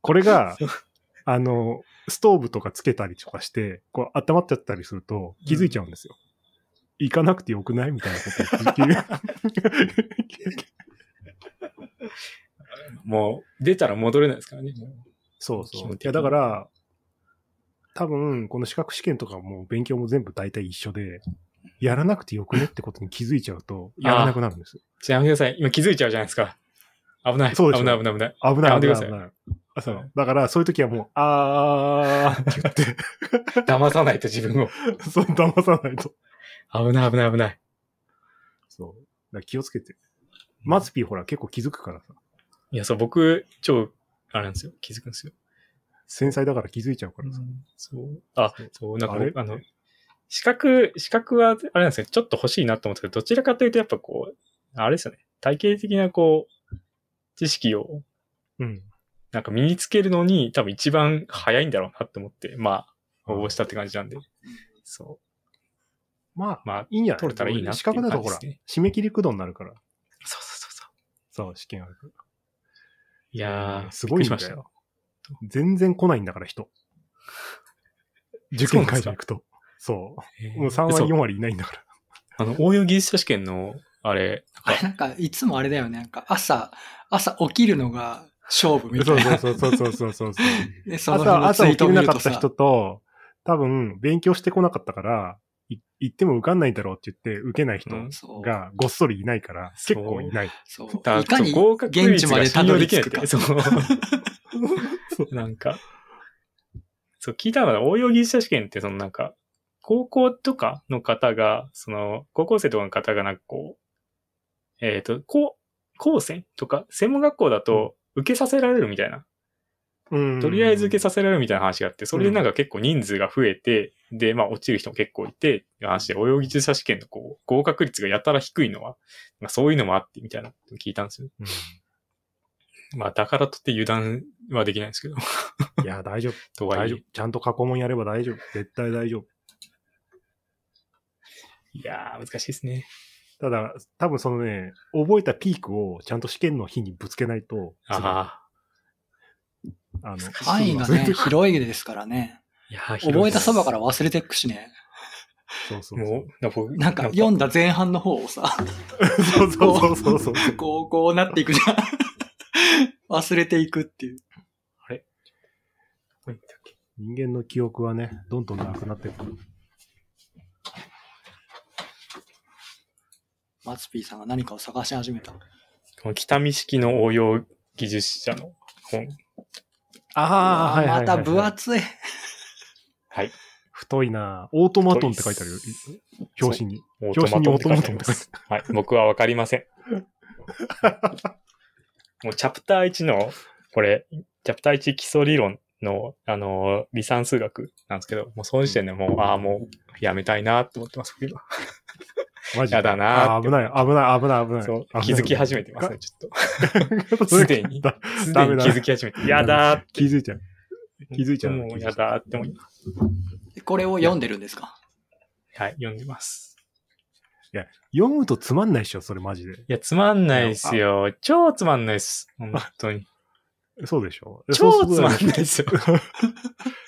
Speaker 2: これが、あの、ストーブとかつけたりとかして、こう、温まっちゃったりすると気づいちゃうんですよ。行かなくてよくないみたいなことを 聞いて
Speaker 3: もう、出たら戻れないですからね。
Speaker 2: そうそ
Speaker 3: 基
Speaker 2: う。い
Speaker 3: 本的に
Speaker 2: や、だから、多分、この資格試験とかも勉強も全部大体一緒で、やらなくてよくねってことに気づいちゃうと、やらなくなるんですよ
Speaker 3: ちょやめてください。今気づいちゃうじゃないですか。危ない。
Speaker 2: そうでしょ
Speaker 3: 危ない、危ない、危ない。
Speaker 2: 危ない、危ない、危
Speaker 3: や
Speaker 2: ない。そう
Speaker 3: はい
Speaker 2: だから、そういう時はもう、 あーって言って、
Speaker 3: 騙さないと自分を。
Speaker 2: そう、騙さないと。
Speaker 3: 危ない危ない危ない。
Speaker 2: そう。だから気をつけて。マツピーほら、結構気づくからさ。
Speaker 3: いや、そう、僕、超、あれなんですよ。気づくんですよ。
Speaker 2: 繊細だから気づいちゃうからさ。
Speaker 3: そう。あ、そう、なんか
Speaker 2: あれ
Speaker 3: 僕あの、資格、資格は、あれなんですよ。ちょっと欲しいなと思ったけど、どちらかというと、やっぱこう、あれですよね。体系的な、こう、知識を、
Speaker 2: うん。
Speaker 3: なんか身につけるのに、多分一番早いんだろうなって思って、まあ、応募したって感じなんで。そ
Speaker 2: まあ、
Speaker 3: う。まあ、
Speaker 2: いいんじゃない
Speaker 3: 取れたらいいなって
Speaker 2: 資格だと
Speaker 3: いう
Speaker 2: ほ
Speaker 3: 感
Speaker 2: ら、
Speaker 3: じです
Speaker 2: 締
Speaker 3: ね
Speaker 2: め切り駆動になるから。
Speaker 3: そうそうそうそう。
Speaker 2: そう、試験あるから。
Speaker 3: いやー、
Speaker 2: すごい
Speaker 3: び
Speaker 2: ん
Speaker 3: っく
Speaker 2: だよ
Speaker 3: りしましたよ。
Speaker 2: 全然来ないんだから、人。受験会場行くと。そう。もう3割、4
Speaker 3: 嘘
Speaker 2: 割いないんだから。
Speaker 3: あの、応用技術者試験の、あれ、
Speaker 1: あれなんか、いつもあれだよね。なんか、朝、朝起きるのが勝負みた
Speaker 2: そ
Speaker 1: いうな。
Speaker 2: そうそうそうそうそうそう。
Speaker 1: でその日
Speaker 2: 朝、
Speaker 1: のツ
Speaker 2: 朝
Speaker 1: イ
Speaker 2: 起
Speaker 1: ート
Speaker 2: き
Speaker 1: を
Speaker 2: れ
Speaker 1: 見
Speaker 2: な
Speaker 1: る
Speaker 2: か
Speaker 1: と
Speaker 2: った
Speaker 1: さ、
Speaker 2: 人と、多分、勉強してこなかったから、い行っても受かんないだろうって言って、受けない人
Speaker 3: うん
Speaker 1: そう。
Speaker 2: がごっそりいないから、
Speaker 3: そ
Speaker 2: 結
Speaker 3: う
Speaker 2: 構いない。
Speaker 1: そう。
Speaker 3: だ
Speaker 1: いかに
Speaker 3: そう合格
Speaker 1: 現地
Speaker 3: 率
Speaker 1: ま
Speaker 3: が
Speaker 1: でた
Speaker 3: 信
Speaker 1: ど
Speaker 3: 用
Speaker 1: り
Speaker 3: でき
Speaker 1: 着
Speaker 3: ないっ
Speaker 1: く
Speaker 3: て
Speaker 1: か。
Speaker 3: そう。 なんか、そう、聞いたのが応用技術者試験って、そのなんか、高校とかの方が、その、高校生とかの方がなんかこう、えっ、と、高、高専とか、専門学校だと、受けさせられるみたいな。
Speaker 2: うん
Speaker 3: とりあえず受けさせられるみたいな話があって、それでなんか結構人数が増えて、で、まあ落ちる人も結構いて、っていう話で、泳ぎ術者試験のこう、合格率がやたら低いのは、まあそういうのもあって、みたいなことを聞いたんですよ。
Speaker 2: うん
Speaker 3: まあだからとって油断はできないんですけど、
Speaker 2: いや、大丈 夫。
Speaker 3: とは
Speaker 2: 大
Speaker 3: い
Speaker 2: 丈夫
Speaker 3: え。。
Speaker 2: ちゃんと過去問やれば大丈夫。絶対大丈夫。
Speaker 3: いやー、難しいですね。
Speaker 2: ただ、多分そのね、覚えたピークをちゃんと試験の日にぶつけないと、
Speaker 3: あ
Speaker 2: あの、
Speaker 1: 範囲がね、広いですからね。
Speaker 3: あ。いやー、ひどい
Speaker 1: 覚え
Speaker 3: です
Speaker 1: たそばから忘れてくしね。
Speaker 2: そうそう
Speaker 3: もう、な僕
Speaker 1: なんか、読んだ前半の方をさ、
Speaker 2: そう。そうそうそう そうそう。
Speaker 1: こう、こうなっていくじゃん。 忘れていくっていう。
Speaker 3: なんか
Speaker 2: 人間の記憶はね、どんどんなくなってくる。
Speaker 1: マツピーさんが何かを探し始めた。
Speaker 3: この北見式の応用技術者の本。
Speaker 2: あ
Speaker 1: うわまた分厚い。
Speaker 3: はい。
Speaker 2: 太いなオートマトンって書いてあるよ。表紙に。
Speaker 3: オ
Speaker 2: 表紙にオートマ
Speaker 3: っ
Speaker 2: ト
Speaker 3: て書いてあ
Speaker 2: ンっ
Speaker 3: りま
Speaker 2: て
Speaker 3: す
Speaker 2: 書いて
Speaker 3: はい、僕はわかりませ ん。もうチャプター1の、これ、チャプター1基礎理論の、あのー、微算数学なんですけど、もうその時点でもう、ああ、もうやめたいなって思ってます、僕今。
Speaker 2: ある。マジで
Speaker 3: やだなー
Speaker 2: あー
Speaker 3: って
Speaker 2: 危ない、危ない、危ない、危ない。
Speaker 3: そう
Speaker 2: 危ない
Speaker 3: 気づき始めてますね、ちょっと。すでに。
Speaker 2: だ
Speaker 3: すで
Speaker 2: ダメ
Speaker 3: に
Speaker 2: だ
Speaker 3: 気づき始めて。やだーって。
Speaker 2: 気づいちゃう。気づいちゃう
Speaker 3: もうやだーって思います。
Speaker 1: これを読んでるんですか
Speaker 3: はい、読んでます。
Speaker 2: 読むとつまんないっしょ、それマジで。
Speaker 3: いや、つまんないっすよ。超つまんないっす。本当 に。
Speaker 2: そうでしょ
Speaker 3: 超
Speaker 2: そう
Speaker 3: つ
Speaker 2: すると
Speaker 3: まんないっすよ。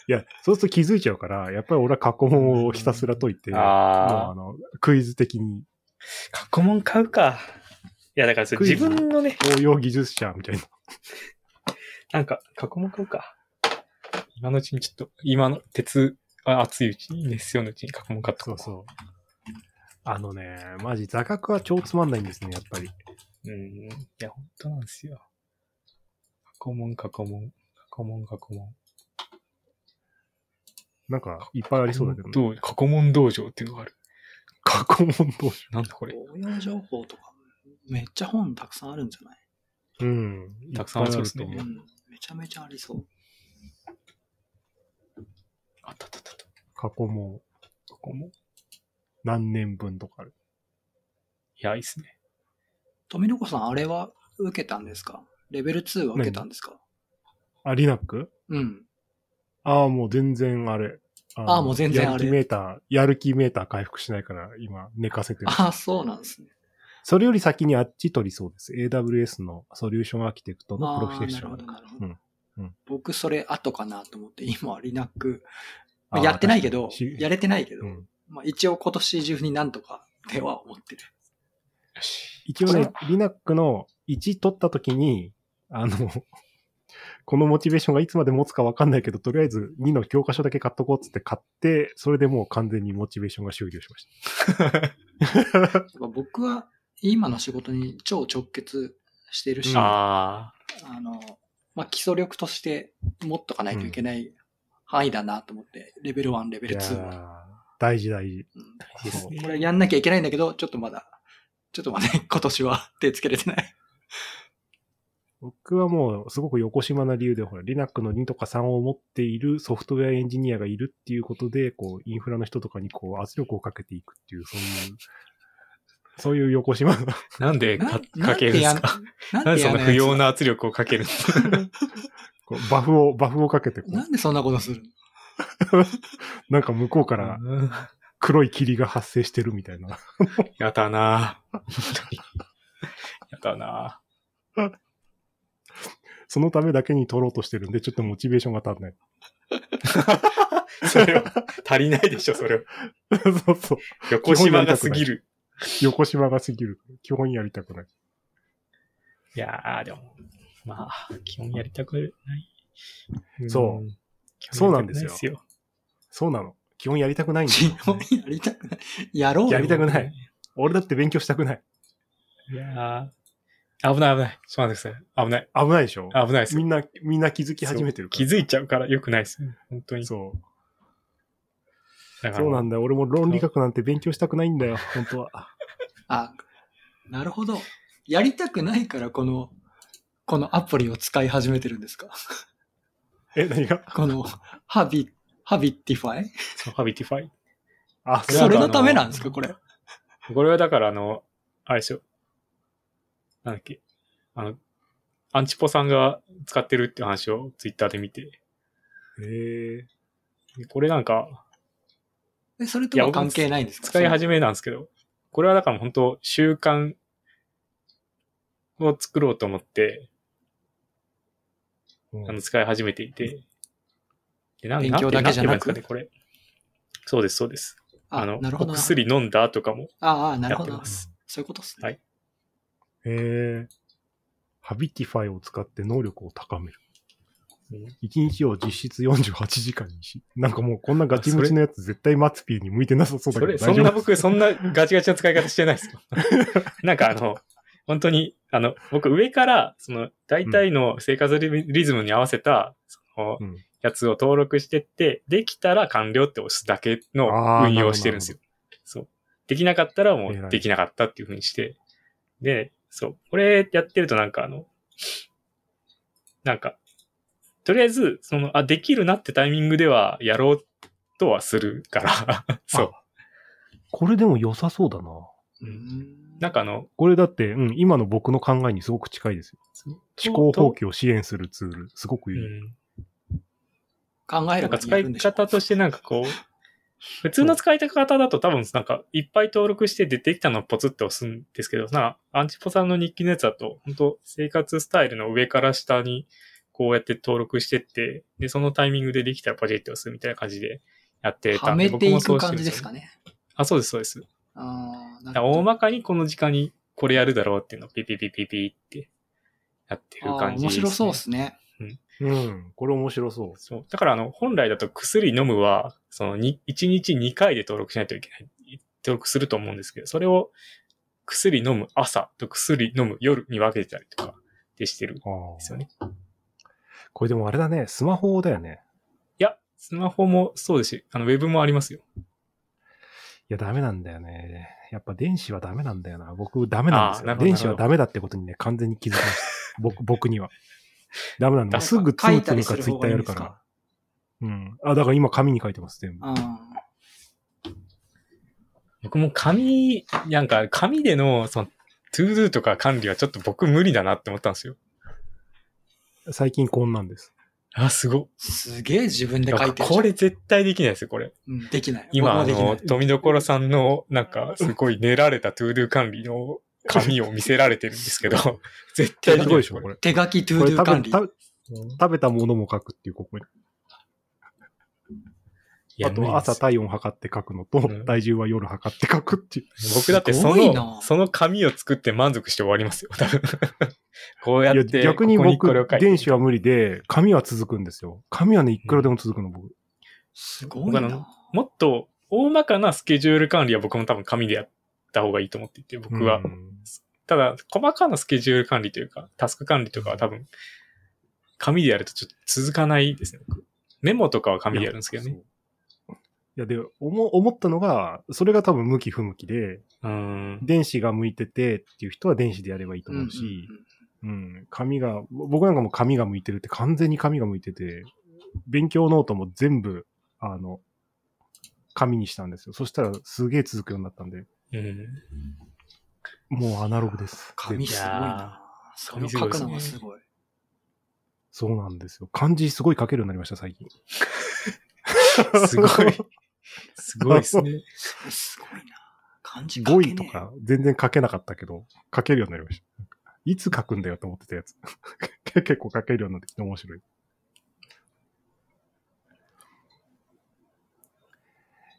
Speaker 2: いや、そうすると気づいちゃうから、やっぱり俺は過去問をひたすら解いて、もう
Speaker 3: あ
Speaker 2: あの、クイズ的に
Speaker 3: あ、過去問買うか。いや、だからそれ
Speaker 2: クイ
Speaker 3: 自
Speaker 2: ズ
Speaker 3: 分のね、
Speaker 2: 応用技術者みたいな。
Speaker 3: なんか、過去問買うか。今のうちにちょっと、今の鉄、あ熱いうちに、熱量のうちに過去問買っと
Speaker 2: そ
Speaker 3: こ
Speaker 2: うそう。あのね、マジ座学は超つまんないんですね、やっぱり。
Speaker 3: う。うん。いや、本当なんですよ。過去問、過去問、過去問、過去問。
Speaker 2: なんか、いっぱいありそうだけど、ね、
Speaker 3: どう過去問道場っていうのがある。
Speaker 2: 過去問どうし
Speaker 3: なんだこれ。
Speaker 1: 応用情報とか、めっちゃ本たくさんあるんじゃない
Speaker 2: うん。
Speaker 3: たくさんありそうですね
Speaker 2: いっぱいあ
Speaker 1: う
Speaker 2: ると思
Speaker 1: ん。めちゃめちゃありそう。
Speaker 3: あったあったあったあった。
Speaker 2: 過去問
Speaker 3: 過去問。い
Speaker 2: 何年分とかある。
Speaker 3: や、いいっすね。
Speaker 1: 富野子さん、あれは受けたんですかレベル2は受けたんですか
Speaker 2: あ、リナック
Speaker 1: うん。
Speaker 2: ああ、もう全然あれ。の
Speaker 1: あーもう全然あ
Speaker 2: や
Speaker 1: れ
Speaker 2: る気メーター、やる気メーター回復しないから、今、寝かせてる。
Speaker 1: ああ、そうなんですね。
Speaker 2: それより先にあっち取りそうです。AWS のソリューションアーキテクトのプロフェッショ
Speaker 1: あ
Speaker 2: ナ
Speaker 1: ーなる
Speaker 2: ル
Speaker 1: ほど、なるほ
Speaker 2: う
Speaker 1: ど
Speaker 2: んうん。
Speaker 1: 僕、それ後かなと思って、今は Linux、
Speaker 2: あ
Speaker 1: まあ
Speaker 2: ー
Speaker 1: やってないけど
Speaker 2: 確かに、し
Speaker 1: やれてないけど
Speaker 2: う、ん
Speaker 1: まあ一応今年中になんとかでは思ってる。
Speaker 3: よし。
Speaker 2: 一応ね
Speaker 3: こ、
Speaker 2: Linux の1取った時に、あの、 このモチベーションがいつまで持つかわかんないけど、とりあえず2の教科書だけ買っとこうっつって買って、それでもう完全にモチベーションが終了しまし
Speaker 1: やっぱ僕は今の仕事に超直結してるし、あ
Speaker 3: ああ。
Speaker 1: の、まあ、基礎力として持っとかないといけない範囲だなと思って、レベル1、レベ
Speaker 2: い
Speaker 1: ル
Speaker 2: や
Speaker 1: 2は。
Speaker 2: ー大事大事。
Speaker 1: うん
Speaker 3: いいですね
Speaker 1: これやんなきゃいけないんだけど、ちょっとまだ、ちょっとまだ 今年は手つけれてない。
Speaker 2: 僕はもうすごく横島な理由で、ほら、Linux の2とか3を持っているソフトウェアエンジニアがいるっていうことで、こう、インフラの人とかにこう、圧力をかけていくっていう、そういう、そういう横島な。
Speaker 3: なんで
Speaker 1: な
Speaker 3: か
Speaker 1: なん
Speaker 3: かけ
Speaker 1: て
Speaker 3: るんで
Speaker 1: や
Speaker 3: す
Speaker 1: ん
Speaker 3: か
Speaker 1: なん
Speaker 3: なん
Speaker 1: で
Speaker 3: でそ
Speaker 1: や
Speaker 3: ん
Speaker 1: ん
Speaker 3: な
Speaker 1: ない
Speaker 3: 不要
Speaker 1: や
Speaker 3: な圧力をかけるんですか
Speaker 2: こうバフを、バフをかけてこ
Speaker 1: つ
Speaker 2: う
Speaker 1: なんでそんなことするの
Speaker 2: なんか向こうから 黒い霧が発生してるみたいな。
Speaker 3: や だなぁやだな
Speaker 2: そのためだけに取ろうとしてるんで、ちょっとモチベーションが足んない。
Speaker 3: ぁそれは足りないでしょ、それは。
Speaker 2: そうそう。
Speaker 3: 横島が過ぎる。
Speaker 2: 横島が過ぎる。基本やりたくない。
Speaker 3: いやー、でも、まあ、基本やりたくない。。
Speaker 2: そうん
Speaker 3: 基
Speaker 2: そう
Speaker 3: 本
Speaker 2: な
Speaker 3: や
Speaker 2: ん
Speaker 3: りたく
Speaker 2: ですよ
Speaker 3: い
Speaker 2: そうなの。基本やりたくないんだ
Speaker 1: 自分やりたくない。やろうよ
Speaker 2: やりたくない。俺だって勉強したくない。
Speaker 3: いやー、危ない危ない。そうなんですよ。危ない。
Speaker 2: 危ないでしょ
Speaker 3: 危ないですよ
Speaker 2: みんな、みんな気づき始めてるから。
Speaker 3: 気づいちゃうから良くないですよ。本当に。
Speaker 2: そう。
Speaker 3: だから
Speaker 2: そうなんだよ。俺も論理学なんて勉強したくないんだ よ。本当は。
Speaker 1: あ、なるほど。やりたくないから、この、このアプリを使い始めてるんですか
Speaker 2: え、何が
Speaker 1: この、ハビ、ハビティファイ
Speaker 3: そうハビティファイ。
Speaker 2: あ、
Speaker 3: れな
Speaker 1: そ
Speaker 3: んか
Speaker 1: れ
Speaker 3: あの
Speaker 1: のためなんですかこれ。
Speaker 3: これはだからあの、あれですよ。なんだっけ。あの、アンチポさんが使ってるっていう話をツイッターで見て。
Speaker 2: へえ。
Speaker 3: これなんか、
Speaker 1: えそれとは関係ないんですか
Speaker 3: 使い始めなんですけど、これはだから本当習慣を作ろうと思って、
Speaker 2: うん
Speaker 3: あの、使い始めていて。で、なん
Speaker 1: 勉強だけじゃなく
Speaker 3: んて言えばいいんですかね、これ。そうです、そうです。
Speaker 1: あ
Speaker 3: あの、
Speaker 1: なるほ
Speaker 3: お
Speaker 1: どな。
Speaker 3: 薬飲んだとかも
Speaker 1: ああ、なる
Speaker 3: や
Speaker 1: ほ
Speaker 3: って
Speaker 1: ど
Speaker 3: ま。す。
Speaker 1: そういうことっすね。
Speaker 3: はい
Speaker 2: へえ。ハビティファイを使って能力を高める。
Speaker 3: うん
Speaker 2: 一日を実質48時間にし。なんかもうこんなガチムチのやつ絶対マツピーに向いてなさそうだ
Speaker 3: そ
Speaker 2: け
Speaker 3: れ、
Speaker 2: ど
Speaker 3: そ
Speaker 2: 大
Speaker 3: ん
Speaker 2: 丈
Speaker 3: な
Speaker 2: 夫
Speaker 3: 僕、そんなガチガチな使い方してないです よ。なんかあの、本当に、あの、僕上から、その、大体の生活リズムに合わせた、その
Speaker 2: うん、
Speaker 3: やつを登録してって、できたら完了って押すだけの
Speaker 2: あー
Speaker 3: 運用をしてるんですよ。そう。できなかったらも
Speaker 2: 偉
Speaker 3: う
Speaker 2: い
Speaker 3: できなかったっていうふうにして、で、そう。これやってるとなんかあの、なんか、とりあえず、その、あ、できるなってタイミングではやろうとはするから、 そう。
Speaker 2: これでも良さそうだな。
Speaker 1: う
Speaker 3: うん
Speaker 1: ん
Speaker 3: なんかあの、
Speaker 2: これだって、うん、今の僕の考えにすごく近いですよ。思考放棄を支援するツール。すごく
Speaker 3: う
Speaker 2: いい。
Speaker 3: ん。
Speaker 1: 考え
Speaker 3: な
Speaker 1: れ
Speaker 3: んか
Speaker 1: ば
Speaker 3: 使
Speaker 1: やるん
Speaker 3: い
Speaker 1: でしょ
Speaker 3: 方としてなんかこう、普通の使い方だと多分なんかいっぱい登録して出てきたのをポツって押すんですけど、なんかアンチポさんの日記のやつだと、本当生活スタイルの上から下にこうやって登録してって、で、そのタイミングでできたらポチって押すみたいな感じでやってた
Speaker 1: は
Speaker 3: んで、
Speaker 1: めてい
Speaker 3: 僕
Speaker 1: く
Speaker 3: もそうして
Speaker 1: 感
Speaker 3: るん
Speaker 1: じ
Speaker 3: よ
Speaker 1: ですかね。
Speaker 3: あ、そうです、そうです。
Speaker 1: ああ、な
Speaker 3: だか
Speaker 1: る
Speaker 3: ら大
Speaker 1: ほど。
Speaker 3: まかにこの時間にこれやるだろうっていうのをピピピピピってやってる
Speaker 1: ああ
Speaker 3: 感
Speaker 1: ー、
Speaker 3: じ
Speaker 1: 面
Speaker 3: です、
Speaker 1: 白そうっすね。
Speaker 2: うん、これ面白そう。
Speaker 3: そう。だから、あの、本来だと薬飲むは、その、に1日2回で登録しないといけない。登録すると思うんですけど、それを薬飲む朝と薬飲む夜に分けてたりとかでしてるんで
Speaker 2: あ
Speaker 3: すよね。
Speaker 2: あ。これでもあれだね、スマホだよね。
Speaker 3: いや、スマホもそうですし、あの、ウェブもありますよ。
Speaker 2: いや、ダメなんだよね。やっぱ電子はダメなんだよな。僕、ダメなんです
Speaker 3: あーな
Speaker 2: よ。
Speaker 3: るほど
Speaker 2: 電子はダメだってことにね、完全に気づきまし た。僕、僕には。ダメなんだ。
Speaker 3: あ
Speaker 2: もうすぐつ
Speaker 1: 書
Speaker 2: む
Speaker 1: い
Speaker 2: つ
Speaker 1: た
Speaker 2: む
Speaker 1: り
Speaker 2: か
Speaker 1: する
Speaker 2: ツイッ
Speaker 1: 方
Speaker 2: ター
Speaker 1: がいい
Speaker 2: や
Speaker 1: ん
Speaker 2: る
Speaker 1: で
Speaker 2: か
Speaker 1: す
Speaker 2: ら
Speaker 1: か。
Speaker 2: うん。あ、だから今紙に書いてます、全部。
Speaker 1: あ
Speaker 3: 僕も紙、なんか、紙での、その、トゥードゥとか管理はちょっと僕無理だなって思ったんですよ。
Speaker 2: 最近こんなんです。
Speaker 3: あ、すごっ。
Speaker 1: すげえ自分で書いてるじゃん。
Speaker 3: これ絶対できないですよ、これ。
Speaker 1: うん、できない。
Speaker 3: 今、あ
Speaker 1: 僕も
Speaker 3: の、
Speaker 1: できない
Speaker 3: 富所さんの、なんか、すごい練られたトゥードゥ管理の紙を見せられてるんですけど、 絶対
Speaker 2: す
Speaker 3: に
Speaker 2: ごいでしょ、これ。
Speaker 1: 手書きトゥ
Speaker 2: こ
Speaker 1: ー
Speaker 2: れ
Speaker 1: ド
Speaker 2: 食
Speaker 1: ゥ管
Speaker 2: べ
Speaker 1: 理。
Speaker 2: 食べ食べたものも書くっていう、ここに。
Speaker 3: いや
Speaker 2: あと、朝体温測って書くのと、
Speaker 3: うん
Speaker 2: 体重は夜測って書くっていう。
Speaker 3: 僕だって
Speaker 1: す
Speaker 3: そ
Speaker 1: ごいな
Speaker 3: の、その紙を作って満足して終わりますよ、 多分。こうや
Speaker 2: いや
Speaker 3: って、
Speaker 2: 逆に
Speaker 3: ここ
Speaker 2: 僕
Speaker 3: これを書いて
Speaker 2: 電子は無理で、紙は続くんですよ。紙はね、いくらでも続くの、僕。
Speaker 1: すごい
Speaker 3: 僕あの
Speaker 1: な。
Speaker 3: もっと、大まかなスケジュール管理は僕も多分紙でやった方がいいと思っていて、僕は。
Speaker 2: うん
Speaker 3: ただ、細かなスケジュール管理というか、タスク管理とかは多分、紙でやるとちょっと続かないですね、僕。メモとかは紙でやるんですけど
Speaker 2: い
Speaker 3: ね。
Speaker 2: そういや、で、思思ったのが、それが多分向き不向きで、
Speaker 3: うーん。
Speaker 2: 電子が向いててっていう人は電子でやればいいと
Speaker 1: うんうん
Speaker 2: 思
Speaker 1: うん
Speaker 2: うし、うん、紙が、ぼ僕なんかもう紙が向いてるって、完全に紙が向いてて、勉強ノートも全部、あの、紙にしたんですよ。そしたらすげえ続くようになったんで、
Speaker 3: うん。
Speaker 2: もうアナログです。
Speaker 1: 紙
Speaker 2: です
Speaker 1: ごい
Speaker 3: い
Speaker 1: な
Speaker 3: や。
Speaker 1: それを書くのがすごい。
Speaker 2: そうなんですよ。漢字すごい書けるようになりました、最近。
Speaker 3: すごい。すごいですね。
Speaker 1: それすごいな。漢字書
Speaker 2: 語
Speaker 1: け
Speaker 2: 彙と
Speaker 1: ねえ。
Speaker 2: か全然書けなかったけど、書けるようになりました。いつ書くんだよと思ってたやつ。 結構書けるようになってきて面白い。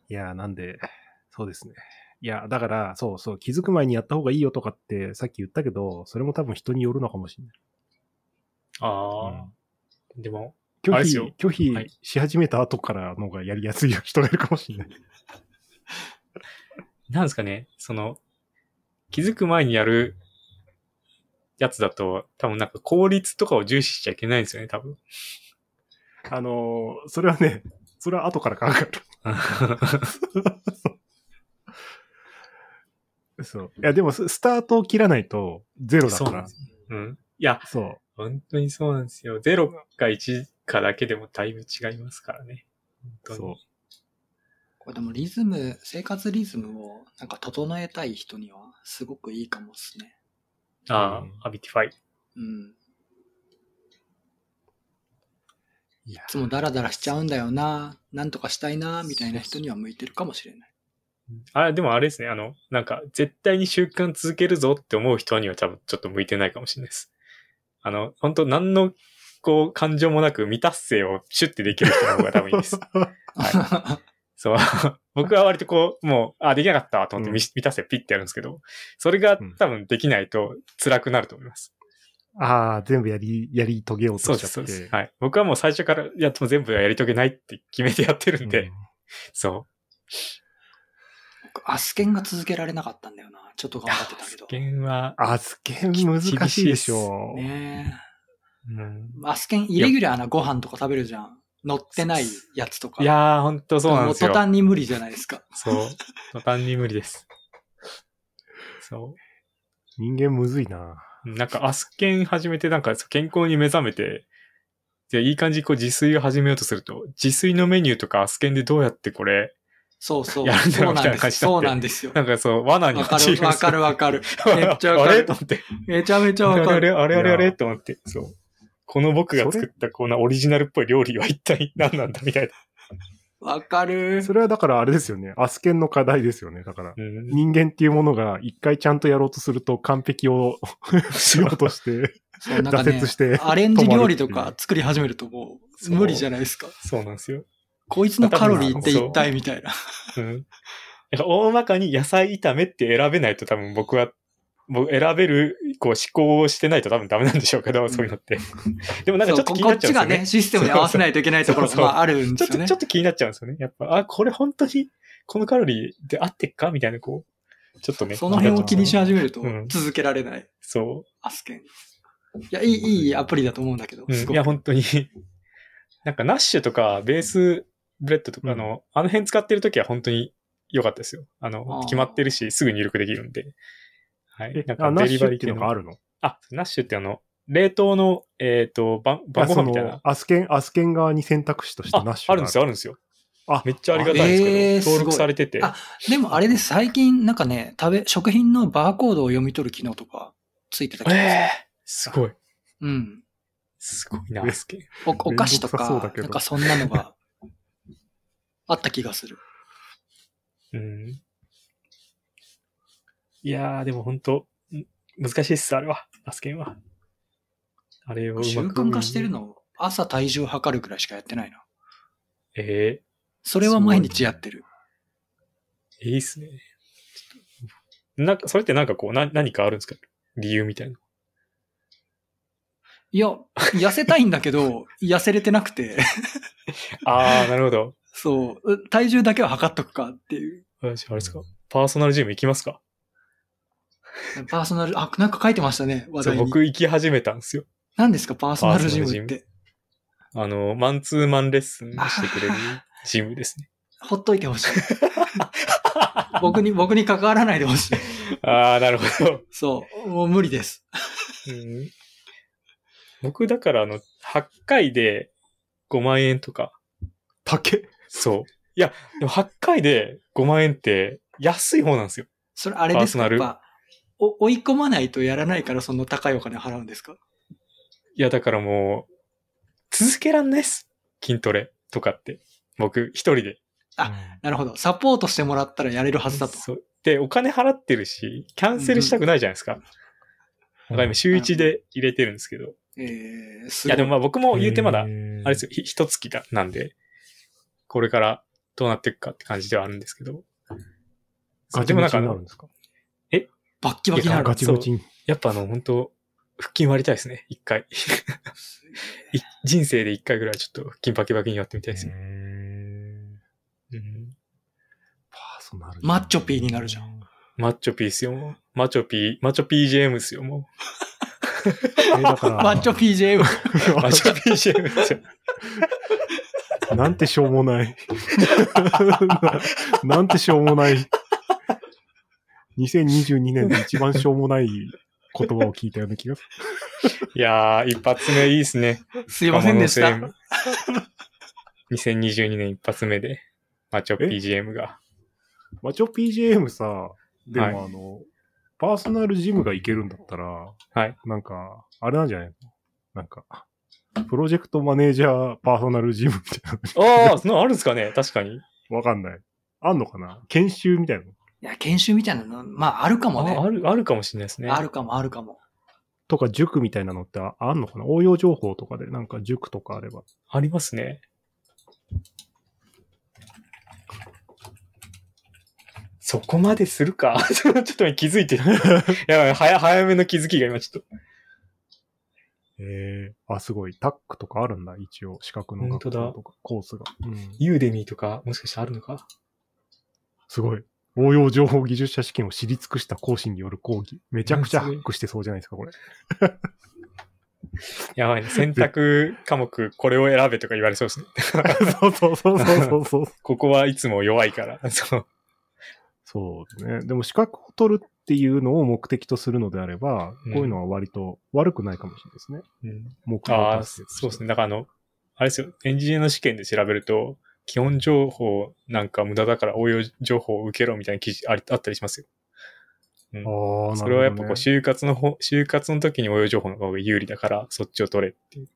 Speaker 2: いやー、なんで、そうですね。いや、だから、そうそう、気づく前にやった方がいいよとかってさっき言ったけど、それも多分人によるのかもしれない。
Speaker 3: ああ、でも、あ
Speaker 2: 拒
Speaker 3: れです
Speaker 2: 否
Speaker 3: よ、
Speaker 2: 拒否
Speaker 3: はい
Speaker 2: し始めた後からのがやりやすい人がいるかもしれない。
Speaker 3: なんですかね、その、気づく前にやるやつだと、多分なんか効率とかを重視しちゃいけないんですよね、多分。
Speaker 2: あのーそれはね、それは後から考える。そう。いや、でもス、スタートを切らないと、ゼロだ
Speaker 3: そう
Speaker 2: か
Speaker 3: なん
Speaker 2: ら
Speaker 3: で。すよ。うん。いや、
Speaker 2: そう。
Speaker 3: 本当にそうなんですよ。0か1かだけでもだいぶ違いますからね。
Speaker 2: そう。
Speaker 3: 本当に。
Speaker 1: これでもリズム、生活リズムをなんか整えたい人にはすごくいいかもっすね。
Speaker 3: ああ、
Speaker 2: うん
Speaker 3: アビティファイ。
Speaker 1: うん。
Speaker 2: いや
Speaker 1: いつもダラダラしちゃうんだよな、なんとかしたいな、みたいな人には向いてるかもしれない。
Speaker 3: あ、でもあれですね。あの、なんか、絶対に習慣続けるぞって思う人には多分ちょっと向いてないかもしれないです。あの、本当何の、こう、感情もなく未達成をシュッてできる人の方が多分いいです。そう。僕は割とこう、もう、あ、できなかったと思って
Speaker 2: うん
Speaker 3: 未未達成ピッてやるんですけど、それが多分できないと辛くなると思います。
Speaker 2: ああ、全部やり、やり遂げよう
Speaker 3: そ
Speaker 2: と
Speaker 3: う
Speaker 2: しち
Speaker 3: で
Speaker 2: ゃ
Speaker 3: す、そう
Speaker 2: っ
Speaker 3: です。
Speaker 2: て。
Speaker 3: はい。僕はもう最初から、いや、もう全部やり遂げないって決めてやってるんで、
Speaker 2: うん
Speaker 3: そ
Speaker 1: 僕アスケンが続けられなかったんだよな。ちょっと
Speaker 3: う。
Speaker 1: 頑張ってたけ
Speaker 3: 発
Speaker 1: ど。
Speaker 3: 見は、
Speaker 2: あ、すげえ難しいでしょ。
Speaker 1: ね
Speaker 3: うん
Speaker 1: え。アスケン、イレギュラーなご飯とか食べるじゃん。乗ってないやつとか。
Speaker 3: いやー、ほんとそうなんですよ
Speaker 1: も。途端に無理じゃないですか。
Speaker 3: そう。途端に無理です。そ
Speaker 2: 人間むずいな。
Speaker 3: う。なんか、アスケン始めて、なんか、そう健康に目覚めて、で、いい感じにこう自炊を始めようとすると、自炊のメニューとかアスケンでどうやってこれ、
Speaker 1: そうそう。
Speaker 3: やるんだ
Speaker 1: そ
Speaker 3: ろ
Speaker 1: う
Speaker 3: うみ
Speaker 1: なん
Speaker 3: たい
Speaker 1: で
Speaker 3: な
Speaker 1: す
Speaker 3: 感
Speaker 1: よ。そう
Speaker 3: じになって
Speaker 1: なんですよ。
Speaker 3: なんかそう、罠に
Speaker 1: わか
Speaker 3: 陥
Speaker 1: る、
Speaker 3: る。
Speaker 1: わかる、わかる。めっちゃわ
Speaker 3: あ
Speaker 1: かる
Speaker 3: れと思って。
Speaker 1: めちゃめちゃ
Speaker 3: あ
Speaker 1: わ
Speaker 3: れ
Speaker 1: か
Speaker 3: あれ
Speaker 1: る。
Speaker 3: あれあれ
Speaker 2: いや
Speaker 3: あれと思って、そう。この僕が作ったこんなオリジナルっぽい料理は一体何なんだみたいな。
Speaker 1: わかる。
Speaker 2: それはだからあれですよね。アスケンの課題ですよね。だから。
Speaker 3: うん、
Speaker 2: 人間っていうものが一回ちゃんとやろうとすると完璧をしようと して、
Speaker 1: そうなんか
Speaker 2: 挫
Speaker 1: ね
Speaker 2: 折して、
Speaker 1: アレンジ料理とか作り始めるともう
Speaker 3: そう
Speaker 1: 無理じゃないですか。
Speaker 3: そうなんですよ。
Speaker 1: こいつのカロリーって一体みたいな。
Speaker 3: うん。なんか大まかに野菜炒めって選べないと多分僕は、僕選べる、こう思考をしてないと多分ダメなんでしょうけど、そういうのって。でもなんかちょっと気に
Speaker 1: そうこ
Speaker 3: な
Speaker 1: っ
Speaker 3: っちゃ
Speaker 1: ち
Speaker 3: うんです
Speaker 1: が
Speaker 3: よね
Speaker 1: ね、。システムに合わせないといけないところが
Speaker 3: そうそう
Speaker 1: まああるん
Speaker 3: ち
Speaker 1: で
Speaker 3: ょっ
Speaker 1: すよ
Speaker 3: と、
Speaker 1: ね
Speaker 3: ちょ。っと気になっちゃうんですよね。やっぱ、あ、これ本当に、このカロリーで合ってっかみたいな、こう、ちょっとね。
Speaker 1: その辺を気にし始めると
Speaker 3: うん
Speaker 1: 続けられない。
Speaker 3: そ
Speaker 1: アスケン。いや、いい、いいアプリだと思うんだけど。
Speaker 3: う。うん
Speaker 1: すご
Speaker 3: い
Speaker 1: く
Speaker 3: や、本当に。 なんか、ナッシュとか、ベースブレッドとか、あの、あの辺使ってるときは本当に良かったですよ。あの
Speaker 1: あー、
Speaker 3: 決まってるし、すぐ入力できるんで。はい。
Speaker 2: え
Speaker 3: なん
Speaker 2: あ
Speaker 3: か、
Speaker 2: ナッ
Speaker 3: デリ
Speaker 2: シ
Speaker 3: バ
Speaker 2: ュ
Speaker 3: リ
Speaker 2: っ
Speaker 3: ー
Speaker 2: て
Speaker 3: 系
Speaker 2: いうのがあるの
Speaker 3: あ、ナッシュってあの、冷凍の、えっ、と、晩、晩ご飯みたい
Speaker 2: あそ
Speaker 3: な
Speaker 2: の。アスケン、アスケン側に選択肢として
Speaker 3: あ
Speaker 2: ナッシュが
Speaker 3: あるんですよ、あるんですよ。
Speaker 2: あ
Speaker 3: めっちゃありがたい
Speaker 1: え
Speaker 3: ん
Speaker 1: ー
Speaker 3: です
Speaker 1: すご
Speaker 3: けど、
Speaker 1: い
Speaker 3: 登録されてて。
Speaker 1: あでもあれです、最近なんかね、食べ、食品のバーコードを読み取る機能とかついてた気がする。
Speaker 3: すごい。
Speaker 1: うん。
Speaker 3: すごいな、
Speaker 2: え
Speaker 3: アスケ。
Speaker 1: おお菓子と
Speaker 2: めんどくさそうだ
Speaker 1: か、
Speaker 2: けど
Speaker 1: なんかそんなのがあった気がする。
Speaker 3: うん。いやー、でも本当ん難しいっす、あれは。アスケンは。あれをうまく。
Speaker 1: 習慣化してるの、朝体重測るくらいしかやってないな。
Speaker 3: え
Speaker 1: それは毎日やってる。
Speaker 3: ー、いいっすね。ちょっとなんか、それってなんかこう、な、何かあるんですか理由みたいな。
Speaker 1: いや、痩せたいんだけ ど、痩せれてなくて、
Speaker 3: あー、なるほど。
Speaker 1: そう、う体重だけは測っとくかっていう。
Speaker 3: 私、あれですかパーソナルジム行きますか
Speaker 1: パーソナル、あ、なんか書いてましたね、話
Speaker 3: そ
Speaker 1: 題
Speaker 3: う、
Speaker 1: に。
Speaker 3: 僕行き始めたんですよ。
Speaker 1: 何ですか、パーソナルジム
Speaker 3: パーソナ
Speaker 1: っ
Speaker 3: ル
Speaker 1: て。
Speaker 3: あの、マンツーマンレッスンしてくれるチームですね。
Speaker 1: ほっといてほしい。 僕に、僕に関わらないでほしい。
Speaker 3: ああ、なるほど。
Speaker 1: そう。もう無理です。
Speaker 3: うん僕、だから、あの、8回で5万円とか、
Speaker 2: 竹
Speaker 3: そう。いや、でも8回で5万円って安い方なんですよ。
Speaker 1: それあれですか
Speaker 3: パーソナ
Speaker 1: やっ
Speaker 3: ル
Speaker 1: ぱお追い込まないとやらないからその高いお金払うんですか
Speaker 3: いや、だからもう、続けらんないっす。筋トレとかって。僕、一人で。
Speaker 1: あなるほど。サポートしてもらったらやれるはずだと。
Speaker 3: そう。で、お金払ってるし、キャンセルしたくないじゃないですか。だから今、週1で入れてるんですけど。い
Speaker 1: えー、すご
Speaker 3: や、
Speaker 1: い。
Speaker 3: でもまあ僕も言うてまだ、あれです
Speaker 2: よ。
Speaker 3: よ、ひ一月だ、なんで、これからどうなっていくかって感じではあるんですけど。そう
Speaker 2: ガ
Speaker 3: で
Speaker 2: チ
Speaker 3: も
Speaker 2: ム
Speaker 3: なん
Speaker 2: チ
Speaker 3: かあ
Speaker 2: になる
Speaker 3: の
Speaker 2: ん、ですか
Speaker 1: バッキバキにな
Speaker 3: あ
Speaker 1: る。
Speaker 2: ガチムチに。
Speaker 3: やっぱあの、本当腹筋割りたいですね、一 回。い人生で一回ぐらいちょっと腹筋バキバキにやってみたいですね。
Speaker 2: うん
Speaker 3: うん
Speaker 2: パーソナル
Speaker 1: マッチョピーになるじゃん。
Speaker 3: マッチョピーっすよ、もう。マッチョピー、マッチョ PGM っすよ、も
Speaker 2: えだから
Speaker 1: マッチョ PJM。
Speaker 3: う。マッチョ PGM っすよ。
Speaker 2: なんてしょうもない。 ななんてしょうもない。2022年で一番しょうもない言葉を聞いたような気がす
Speaker 3: いやー、一発目いいっすね。
Speaker 1: すいませんでした。
Speaker 3: ガマの CM 2022年一発目で、マッチョ PGM が。
Speaker 2: る。マチョ PGM さ、で
Speaker 3: はい
Speaker 2: もあの、パーソナルジムが行けるんだったら、
Speaker 3: はい
Speaker 2: なんか、あれなんじゃないなんか、プロジェクトマネージャーパーソナルジムみたいな
Speaker 3: ああ、そん なのあるんですかね確かに。
Speaker 2: の。わかんない。あんのかな研修みたいなの
Speaker 1: いや、研修みたいなの、まあ、あるかもね。
Speaker 3: あある、あるかもしれないですね。
Speaker 1: あるかも、あるかも。
Speaker 2: とか塾みたいなのってああんのかな応用情報とかで、なんか塾とかあれば。
Speaker 3: ありますね。そこまでするか ちょっと今気づい てる。やばい、早、早めの気づきが今ちょっと。
Speaker 2: ええあ、すごい。タックとかあるんだ、一応。資格の学校とか、コースが。うん
Speaker 3: ユーデミーとか、もしかしてあるのか
Speaker 2: すごい。応用情報技術者試験を知り尽くした講師による講義。めちゃくちゃ
Speaker 3: うん
Speaker 2: ハ
Speaker 3: すごい
Speaker 2: ックしてそうじゃないですか、これ。
Speaker 3: やばいね。選択科目、これを選べとか言われそうですね。
Speaker 2: そうそうそうそうそう。
Speaker 3: ここはいつも弱いから。 そう。
Speaker 2: そうね。でも資格を取るっていうのを目的とするのであれば、
Speaker 3: うん
Speaker 2: こういうのは割と悪くないかもしれないですね。目標
Speaker 3: ああ、
Speaker 2: 達成
Speaker 3: そ
Speaker 2: として
Speaker 3: うですね。だからあの、あれですよ。エンジニアの試験で調べると、基本情報なんか無駄だから応用情報を受けろみたいな記事ありあったりしますよ。
Speaker 2: ああ、なるほど、ね。
Speaker 3: それはやっぱこう、就活の方、就活の時に応用情報の方が有利だから、そっちを取れっていう、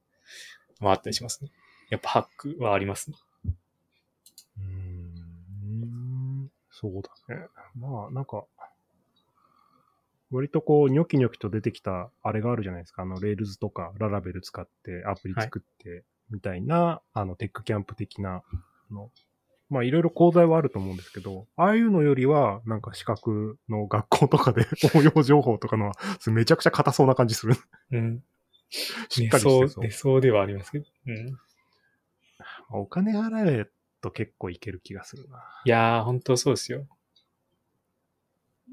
Speaker 3: まああったりしますね。やっぱハックはありますね。
Speaker 2: うーんそうだね。まあ、なんか、割とこう、ニョキニョキと出てきた、あれがあるじゃないですか。あの、レールズとか、ララベル使って、アプリ作って、みたいな、あの、テックキャンプ的なの。まあ、いろいろ講座はあると思うんですけど、ああいうのよりは、なんか資格の学校とか で応用情報とかのは、めちゃくちゃ硬そうな感じする。
Speaker 3: うん。
Speaker 2: しっ
Speaker 3: 寝
Speaker 2: かりして
Speaker 3: そう
Speaker 2: そ、う。
Speaker 3: 寝そうではありますけど。うん。
Speaker 2: お金払えと結構いける気がするな。
Speaker 3: いやー、本当そうですよ。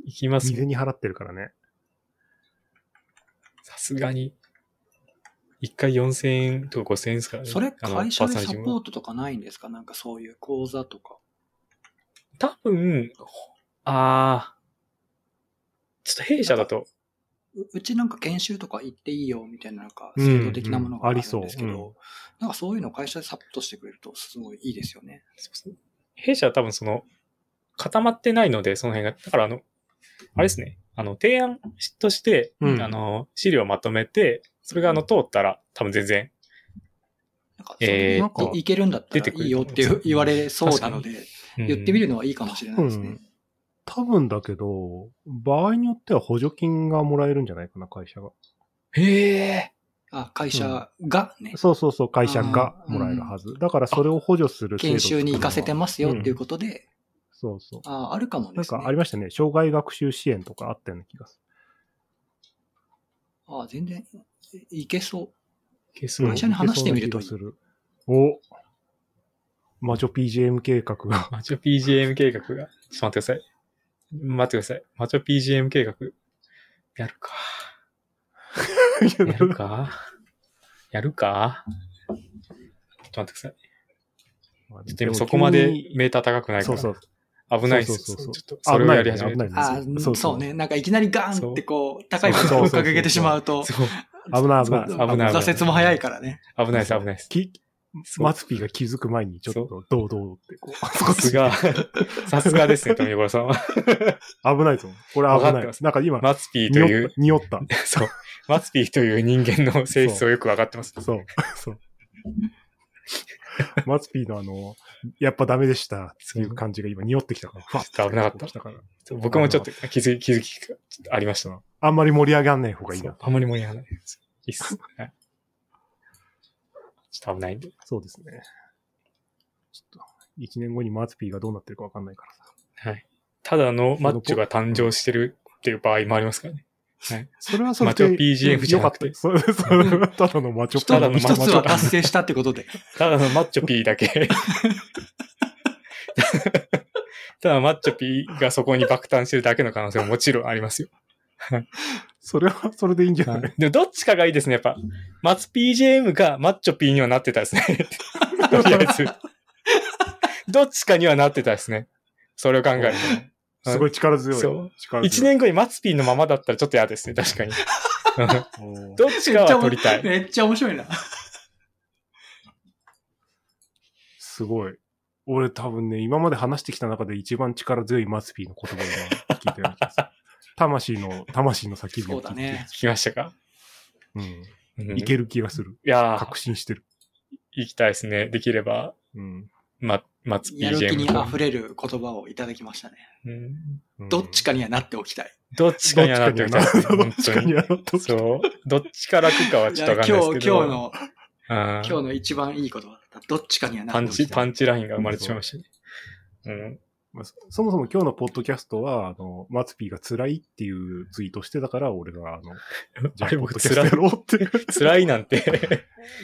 Speaker 3: 行きます
Speaker 2: 水
Speaker 3: よ。
Speaker 2: に払ってるからね。
Speaker 3: さすがに。一回4000円とか5000円ですからね。
Speaker 1: それ、
Speaker 3: あの
Speaker 1: 会社で
Speaker 3: パーソナ
Speaker 1: サ
Speaker 3: ルジム
Speaker 1: ポートとかないんですかなんかそういう講座とか。
Speaker 3: 多分、あー。ちょっと弊社だと、
Speaker 1: ううちなんか研修とか行っていいよみたいななんか
Speaker 2: うん
Speaker 1: 制度的なものがある
Speaker 2: うんあり
Speaker 1: んです
Speaker 2: そう
Speaker 1: け
Speaker 2: う
Speaker 1: ど、
Speaker 2: ん
Speaker 1: なんかそういうのを会社でサポートしてくれるとすごいいいですよね。
Speaker 3: 弊社は多分その、固まってないので、その辺が。だからあの、あれですね。あの、提案として、
Speaker 2: うん
Speaker 3: あの、資料をまとめて、それがあの、通ったら、多分全然。
Speaker 1: なんかそれで
Speaker 3: えー
Speaker 1: い
Speaker 2: なんか
Speaker 1: いけるんだった
Speaker 3: 出て
Speaker 1: ら
Speaker 3: くる
Speaker 1: いいよっていう言われそうなので、
Speaker 3: うん
Speaker 1: 言ってみるのはいいかもしれないですね。
Speaker 2: 多分だけど、場合によっては補助金がもらえるんじゃないかな、会社が。
Speaker 3: へえ。
Speaker 1: あ、会社がね、
Speaker 2: そうそうそう、会社がもらえるはず。だからそれを補助する制度
Speaker 1: 研修に行かせて
Speaker 2: も。
Speaker 1: ますよっていうことで、
Speaker 2: そうそう。
Speaker 1: ああるかも
Speaker 2: な
Speaker 1: で
Speaker 2: ん
Speaker 1: すね。
Speaker 2: かありましたね。障害学習支援とかあったような気がす
Speaker 1: あ全然いいけそう。
Speaker 3: 消す
Speaker 2: る。
Speaker 3: の
Speaker 1: 会社に話してみると
Speaker 2: いけそうな気がするお魔女 PGM 計画 が。
Speaker 3: マチョ PGM 計画が。ちょっと待ってください。待ってください。マチョ PGM 計画。やるか。やるかやるかと待ってください。
Speaker 2: まあ
Speaker 3: ちょっと今そこまでメーター高くないか
Speaker 2: そう
Speaker 3: ら
Speaker 2: そう。
Speaker 3: 危ないです。ち
Speaker 2: そ
Speaker 3: ょ
Speaker 2: うそうそうそう
Speaker 3: っとそれをやり始め
Speaker 2: 危
Speaker 3: て
Speaker 2: ない。ね
Speaker 1: あ
Speaker 2: 危ないんですよ
Speaker 1: あ、そう。ね。なんかいきなりガーンってこう、高いも
Speaker 2: そう
Speaker 1: のを追っかけてしまうと、
Speaker 3: そう
Speaker 2: 危ない危ない。
Speaker 1: そう
Speaker 3: 危ない危ない
Speaker 1: 挫折も早いからね。
Speaker 3: 危ないです、危ないです。
Speaker 2: き
Speaker 3: そう
Speaker 2: マツピーが気づく前に、ちょっと、堂々って、こう、
Speaker 3: さすが、さすがですね、富岡さ んは。
Speaker 2: 危ないぞ。これ
Speaker 3: わ
Speaker 2: 危
Speaker 3: かっ
Speaker 2: な
Speaker 3: てま
Speaker 2: い。
Speaker 3: す
Speaker 2: なんか今、
Speaker 3: マツピーとい
Speaker 2: 匂っ
Speaker 3: う
Speaker 2: た、匂った。
Speaker 3: そう、マツピーという人間の性質をよくわかってます。
Speaker 2: そう、 そう。マツピーのあの、やっぱダメでしたっていう感じが今匂ってきたから、ふわっ
Speaker 3: ちょっと危なかった
Speaker 2: 来から
Speaker 3: そう僕もちょっと気づき、気づきがちょっとありました。
Speaker 2: あんまり盛り上がんない方がいい
Speaker 3: そ
Speaker 2: な
Speaker 3: う。あんまり盛り上がらないです。いいっす。はいちょっと危ないんで。
Speaker 2: そうですね。ちょっと、一年後にマツピーがどうなってるかわかんないからさ。
Speaker 3: はい。ただのマッチョが誕生してるっていう場合もありますからね。
Speaker 2: それはそれで
Speaker 3: マチョ PGF じゃ
Speaker 2: よか
Speaker 3: な
Speaker 2: っ
Speaker 3: く
Speaker 2: た
Speaker 3: て
Speaker 2: よ。それそれはただのマチョ
Speaker 1: 一つ
Speaker 3: ただのマ
Speaker 1: 一つは
Speaker 2: マ
Speaker 1: 達成したってこと で。
Speaker 3: ただのマッチョピーだ け。ただマッチョピーがそこに爆誕してるだけの可能性ももちろんありますよ。
Speaker 2: それはそれでいいんじゃ
Speaker 3: は
Speaker 2: ない
Speaker 3: い、 でもどっちかがいいですね、やっぱ。マツ PJM かマッチョ P にはなってたですね。 とりあえず。どっちかにはなってたですね。それを考えると。
Speaker 2: すごい力強い。
Speaker 3: そう
Speaker 2: 力強い。
Speaker 3: 一年後にマツピーのままだったらちょっと嫌ですね、確かに。うん
Speaker 2: おー
Speaker 3: どっちかは取りたい。
Speaker 1: めっちゃ面白いな。
Speaker 2: すごい。俺多分ね、今まで話してきた中で一番力強いマツピーの言葉を今聞いたような気がす る。魂の、魂の叫び
Speaker 1: そ
Speaker 2: を
Speaker 1: う
Speaker 2: 聞
Speaker 1: だ
Speaker 2: いてる、
Speaker 1: ね。
Speaker 3: 聞きましたか、
Speaker 2: う
Speaker 3: うん
Speaker 2: ん。いける気がする。
Speaker 3: いやー
Speaker 2: 確信してる。
Speaker 3: 行きたいですね。できれば、
Speaker 2: うん。
Speaker 3: ま、マツ
Speaker 1: やる気
Speaker 3: PJM
Speaker 1: に
Speaker 3: と
Speaker 1: 溢れる言葉をいただきましたね。
Speaker 3: うん
Speaker 2: うん
Speaker 1: どっち、かにはなっておきたい。
Speaker 3: どっちかにはなっておきたいですね。
Speaker 2: ど
Speaker 3: 本
Speaker 2: っち
Speaker 3: 当
Speaker 2: かに
Speaker 3: に。
Speaker 2: はなっておきたい
Speaker 3: そう。どっちか楽かはいちょっ
Speaker 1: や
Speaker 3: と
Speaker 1: 今
Speaker 3: わか
Speaker 1: 日、
Speaker 3: んない
Speaker 1: 今
Speaker 3: ですけ
Speaker 1: 日
Speaker 3: ど。
Speaker 1: の、
Speaker 3: 今
Speaker 1: 今日の一番いい言葉だった。どっちかにはな
Speaker 3: パ
Speaker 1: っ
Speaker 3: ン
Speaker 1: ておき
Speaker 3: チ、
Speaker 1: た
Speaker 3: パ
Speaker 1: い。
Speaker 3: ンチラインが生まれてしまいましたね。
Speaker 2: まあそそもそも今日のポッドキャストは、あの、マツピーが辛いっていうツイートしてたから、俺が、あの、
Speaker 3: うん。
Speaker 2: じゃ
Speaker 3: あ
Speaker 2: あ
Speaker 3: れ
Speaker 2: ポッ
Speaker 3: 僕
Speaker 2: ドキャスト
Speaker 3: 辛
Speaker 2: や
Speaker 3: い、
Speaker 2: ろうって。
Speaker 3: 辛いなんて。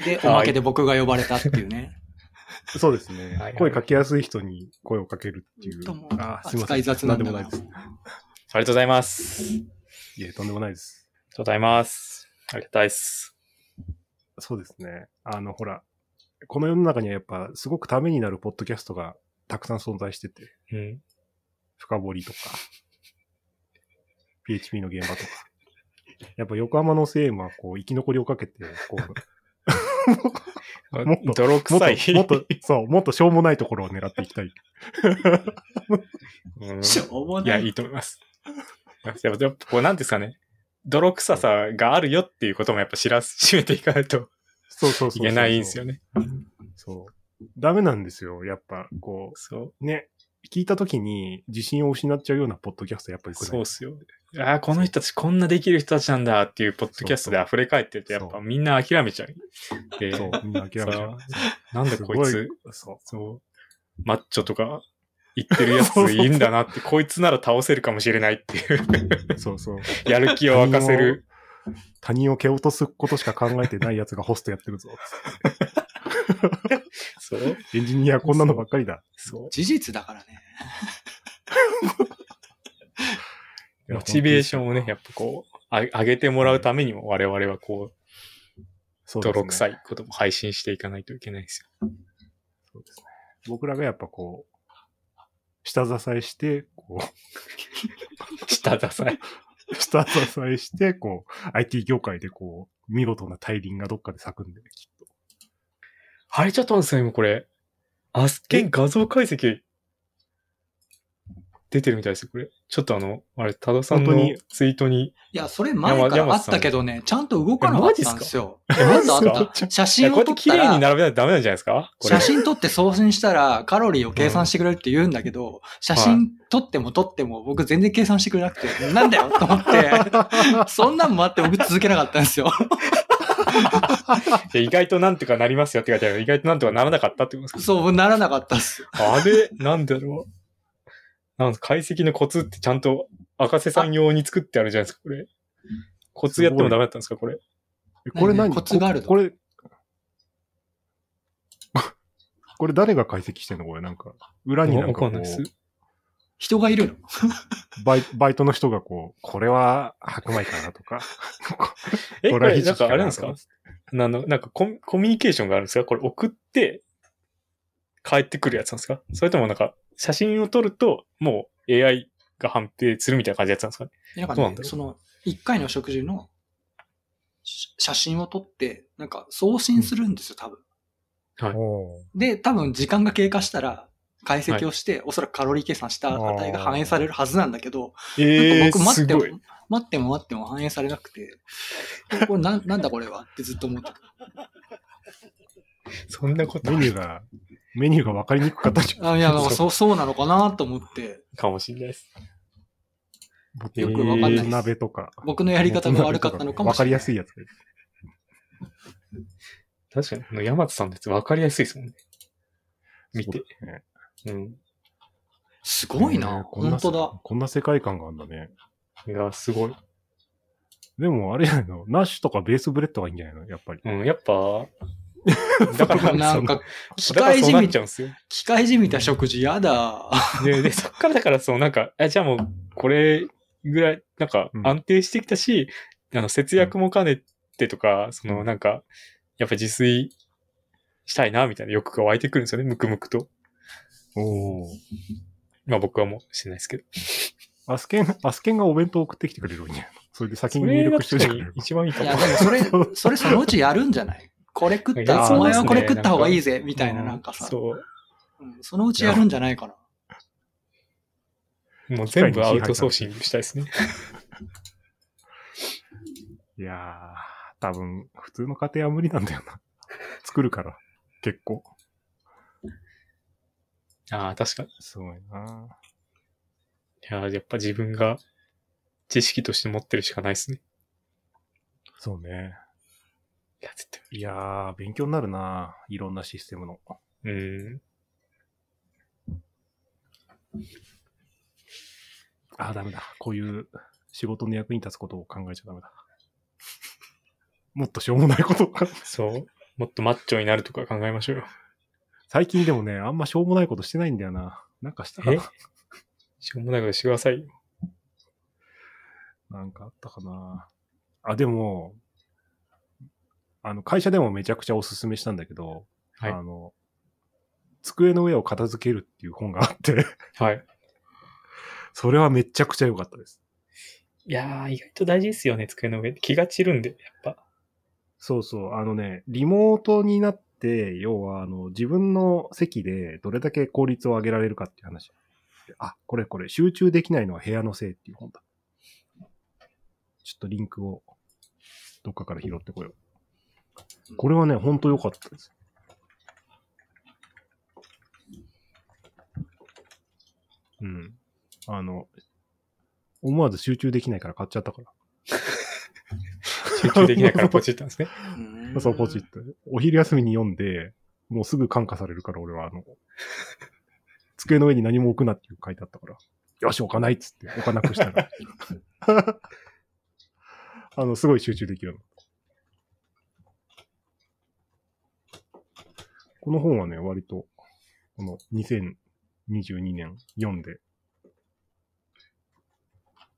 Speaker 1: で、おまけで僕が呼ばれたっていう ね。
Speaker 2: そうですね、
Speaker 3: はいはい
Speaker 2: 声かけやすい人に声をかけるっていう。
Speaker 1: とも
Speaker 2: あ、すいま
Speaker 1: 扱
Speaker 2: せん。
Speaker 1: い雑
Speaker 2: な
Speaker 1: なん
Speaker 2: んで
Speaker 1: だ
Speaker 2: も
Speaker 1: な
Speaker 2: ないです。
Speaker 3: ありがとうございます。ありが
Speaker 2: いえ、とんでもないです。
Speaker 3: とうございます。ありがたいっす。
Speaker 2: そうですね。あの、ほら、この世の中にはやっぱ、すごくためになるポッドキャストがたくさん存在してて、
Speaker 3: うん。
Speaker 2: 深掘 りとか、PHP の現場とか。やっぱ横浜のセームはこう、生き残りをかけて、 こう、もっと
Speaker 3: 泥
Speaker 2: もっ
Speaker 3: 臭い。
Speaker 2: と、もっと、そう、もっとしょうもないところを狙っていきたい。
Speaker 3: うん
Speaker 1: しょうも
Speaker 3: い
Speaker 1: な
Speaker 3: や、
Speaker 1: い。
Speaker 3: いいと思います。やっぱ、やっぱこう、なんですかね。泥臭さがあるよっていうこともやっぱ知らす、しめていかないと
Speaker 2: そうそうそう
Speaker 3: い
Speaker 2: そう。
Speaker 3: けないんですよね。
Speaker 2: そう。ダメなんですよ。やっぱ、こ
Speaker 3: そう。
Speaker 2: う、ね、聞いたときに自信を失っちゃうようなポッドキャストやっぱり
Speaker 3: そうっすよ。ああ、この人たちこんなできる人たちなんだっていうポッドキャストで溢れ返ってると、やっ
Speaker 2: そ
Speaker 3: ぱ
Speaker 2: う
Speaker 3: みんな諦めちゃう。で
Speaker 2: そう、みんな諦めちゃう。
Speaker 3: そうなんだこい
Speaker 2: す
Speaker 3: つ、
Speaker 2: ごい。そう。
Speaker 3: そう、マッチョとか言ってるやついいんだなって、こいつなら倒せるかもしれないっていう、
Speaker 2: そうそう。
Speaker 3: やる気を沸かせる。
Speaker 2: 他人を蹴落とすことしか考えてないやつがホストやってるぞ。
Speaker 3: そう、
Speaker 2: エンジニアこんなのばっかりだ。
Speaker 3: そう。
Speaker 1: 事実だからね。
Speaker 2: いや
Speaker 3: モチベーションをね、やっぱこう、あ上げてもらうためにも我々はこう、
Speaker 2: そうですね
Speaker 3: 泥臭いことも配信していかないといけないですよ。
Speaker 2: そうですね。僕らがやっぱこう、下支えして、こ
Speaker 3: 下支え。
Speaker 2: う、 下支えして、こう、IT 業界でこう、見事な大輪がどっかで咲くんで、きっ
Speaker 3: あれちょっと待ってください、今これ。アスケン画像解析、出てるみたいですよ、これ。ちょっとあの、あれ、多田さんの
Speaker 2: 本当に
Speaker 3: ツイートに。
Speaker 1: いや、それ前
Speaker 3: 山
Speaker 1: からあ
Speaker 3: 山
Speaker 1: っ
Speaker 3: 瀬さん
Speaker 1: たけどね、ちゃんと動かなかったんですよ。
Speaker 3: えマジっす
Speaker 1: ま
Speaker 3: か
Speaker 1: ずあった。写
Speaker 3: い
Speaker 1: 真
Speaker 3: や、こうや
Speaker 1: を
Speaker 3: っ
Speaker 1: 撮
Speaker 3: て
Speaker 1: っ
Speaker 3: 綺
Speaker 1: た
Speaker 3: 麗に
Speaker 1: ら、
Speaker 3: 並べないとダメなんじゃないですかこれ
Speaker 1: 写真撮って送信したらカロリーを計算してくれるって言うんだけど、写真撮っても撮っても僕全然計算してくれなくて、なんだよと思って、 そんなんもあって僕続けなかったんですよ。
Speaker 3: いや意外となんとかなりますよって書いてある意外となんとかならなかったってことですか
Speaker 1: そう、ならなかったっす。
Speaker 3: あれ、なんだろう。なん解析のコツってちゃんと赤瀬さん用に作ってあるじゃないですか、これ。コツやってもダメだったんですか、これ。
Speaker 2: と。これ何
Speaker 1: ねコツがあるの
Speaker 2: ここれ、これ誰が解析してんのこれなんか、裏になんか
Speaker 3: わ
Speaker 2: こ
Speaker 3: かんないです
Speaker 2: う、。
Speaker 1: 人がいるの。
Speaker 2: バイバイトの人がこう、これは白米かなとか、
Speaker 3: え、
Speaker 2: こ
Speaker 3: こ
Speaker 2: れはひ
Speaker 3: れ、
Speaker 2: じ
Speaker 3: なん
Speaker 2: きか
Speaker 3: かあ
Speaker 2: な
Speaker 3: れなんですかなの、なんかコミコミュニケーションがあるんですかこれ送って、帰ってくるやつなんですかそれともなんか、写真を撮ると、もう AI が判定するみたいな感じのやつなんですかね
Speaker 1: なんか
Speaker 3: どうなん
Speaker 1: ね
Speaker 3: だ、ろう
Speaker 1: その、一回の食事のし写真を撮って、なんか送信するんですよ、多分。
Speaker 3: はい
Speaker 2: おー
Speaker 1: で、多分時間が経過したら、解析をして、おそらくカロリー計算した値が反映されるはずなんだけど、
Speaker 3: え
Speaker 1: な
Speaker 3: え
Speaker 1: んか僕待
Speaker 3: す
Speaker 1: っても
Speaker 3: ごい。、
Speaker 1: 待っても待っても反映されなくて、これ なんなんだこれはってずっと思ってた。
Speaker 3: そんなこと
Speaker 2: メニューが、メニューが分かりにくかったんじゃん。
Speaker 1: あい や、なんかそう、そうなのかなと思って、
Speaker 3: かもしれないです。
Speaker 1: よくわかんないです
Speaker 2: えー鍋とか。
Speaker 1: 僕のやり方が悪かったのかも
Speaker 2: わ
Speaker 1: し
Speaker 2: かり
Speaker 1: れない。
Speaker 2: やすいやつ。
Speaker 3: 確かに、あの山田さんのやつ分かりやすいですもんね。見て
Speaker 2: そう。ですね。
Speaker 3: うん。
Speaker 1: すごい
Speaker 2: えー
Speaker 1: な、
Speaker 2: こん
Speaker 1: 本当だ。
Speaker 2: こんな世界観があるんだね。
Speaker 3: いや、すごい。
Speaker 2: でも、あれじゃないのナッシュとかベースブレッドがいいんじゃないのやっぱり。
Speaker 3: うん、やっぱ、だから、
Speaker 1: な
Speaker 3: そ
Speaker 1: ん
Speaker 3: の
Speaker 1: か、機
Speaker 3: だから
Speaker 1: 械
Speaker 3: そう
Speaker 1: じ
Speaker 3: なっ
Speaker 1: み
Speaker 3: ちゃ、うんですよ。
Speaker 1: 機械じみた食事やだ。
Speaker 3: で、で、そっからだから、そう、なんか、あじゃあもう、これぐらい、なんか
Speaker 2: う、ん
Speaker 3: 安定してきたし、あの、節約も兼ねてとか、その、なんか、やっぱ自炊したいな、みたいな欲が湧いてくるんですよね、ムクムクと。
Speaker 2: おお。
Speaker 3: まあ僕はもうしてないですけど。
Speaker 2: アスケン、アスケンがお弁当を送ってきてくれるんじゃないのそれで先
Speaker 3: そ
Speaker 2: に
Speaker 3: れ
Speaker 2: 入
Speaker 3: が
Speaker 2: 力しと
Speaker 3: 確
Speaker 2: いてく
Speaker 3: かに
Speaker 2: れる。
Speaker 3: 一番いいか
Speaker 1: い
Speaker 3: も
Speaker 1: や、。でもそれ、それそのうちやるんじゃないこれ食った
Speaker 3: いや
Speaker 1: ら、
Speaker 2: そうで
Speaker 1: お前
Speaker 2: すね
Speaker 1: はこれ食った方がいいぜ、みたいな、
Speaker 3: う
Speaker 1: なんかさ、
Speaker 3: そう。
Speaker 1: うんそのうちやるんじゃないかな。
Speaker 3: もう全部アウトソーシングしたいですね。
Speaker 2: いやー、多分、普通の家庭は無理なんだよな。作るから、結構。
Speaker 3: ああ、確かに。い
Speaker 2: すごいな
Speaker 3: やー、やっぱ自分が知識として持ってるしかないですね。
Speaker 2: そうね。
Speaker 3: いや、絶対
Speaker 2: いやー、勉強になるないろんなシステムの。
Speaker 3: 無理。うん。
Speaker 2: あー、ダメだ。こういう仕事の役に立つことを考えちゃダメだ。もっとしょうもないこと を考え
Speaker 3: そう。もっとマッチョになるとか考えましょうよ。
Speaker 2: 最近でもね、あんましょうもないことしてないんだよな。なんかしたか
Speaker 3: え
Speaker 2: な
Speaker 3: しょうもないことしてくださいよ。
Speaker 2: なんかあったかな。あ、でも、あの、会社でもめちゃくちゃおすすめしたんだけど、
Speaker 3: はい
Speaker 2: あの、机の上を片付けるっていう本があって、
Speaker 3: はい。
Speaker 2: それはめちゃくちゃ良かったです。
Speaker 3: いやー、意外と大事ですよね、机の上。気が散るんで、やっぱ。
Speaker 2: そうそう、あのね、リモートになって、要は、あの、自分の席でどれだけ効率を上げられるかっていう話。あ、これこれ、集中できないのは部屋のせいっていう本だ。ちょっとリンクを、どっかから拾ってこよう。これはね、ほんと良かったです。うん。あの、思わず集中できないから買っちゃったから。
Speaker 3: 集中できないからポチったん ですね。
Speaker 1: うん
Speaker 2: そう、ポチって。お昼休みに読んで、もうすぐ感化されるから、俺は、あ の、机の上に何も置くなっていう書いてあったから、よし、置かないっつって、置かなくしたら。 あの、すごい集中できるの。この本はね、割と、この2022年読んで、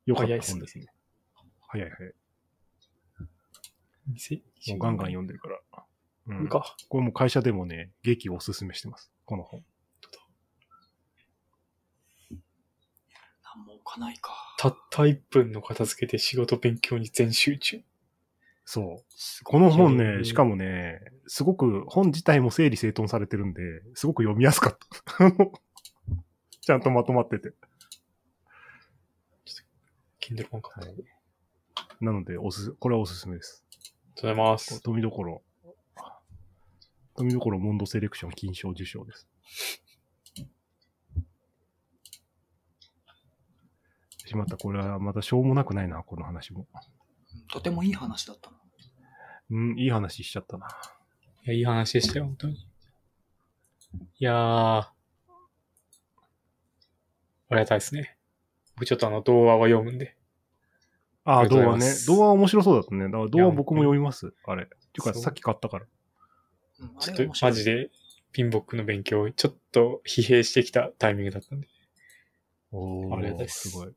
Speaker 2: よかった本ですね。早い早い。もうガンガン読んでるから。うん
Speaker 3: か。
Speaker 2: これも会社でもね、劇をおすすめしてます。この本。
Speaker 1: 何も置かないか。
Speaker 3: たった1分の片付けで仕事勉強に全集中。
Speaker 2: そう。この本
Speaker 3: へー
Speaker 2: ね、しかもね、すごく本自体も整理整頓されてるんで、すごく読みやすかった。あ のちゃんとまとまってて。
Speaker 3: Kindle 本買ったあり
Speaker 2: なので、おすす、これはおすすめです。
Speaker 3: がとうございます。
Speaker 2: 富どころ、富どころモンドセレクション金賞受賞です。しまった、これはまたしょうもなくないな、この話も。
Speaker 1: とてもいい話だったな。
Speaker 2: うん、いい話しちゃったな。
Speaker 3: いや、いい話でしたよ、本当に。いやー、ありがたいですね。僕ちょっとあの、童話は読むんで。
Speaker 2: あ
Speaker 3: あ
Speaker 2: あ、
Speaker 3: りがと
Speaker 2: 童
Speaker 3: うござ
Speaker 2: 話
Speaker 3: いま
Speaker 2: ね。
Speaker 3: す
Speaker 2: 童話面白そうだったね。だから童話僕も読みます。あれ。ていうか、
Speaker 3: そう
Speaker 2: さっき買ったから。
Speaker 1: うん
Speaker 3: ち
Speaker 1: あ
Speaker 3: ょ
Speaker 1: れ
Speaker 3: っと
Speaker 1: 面、白い
Speaker 3: マジで、ピンボックの勉強をちょっと疲弊してきたタイミングだったんで。
Speaker 2: お
Speaker 3: ーありがとうございます
Speaker 2: すごい。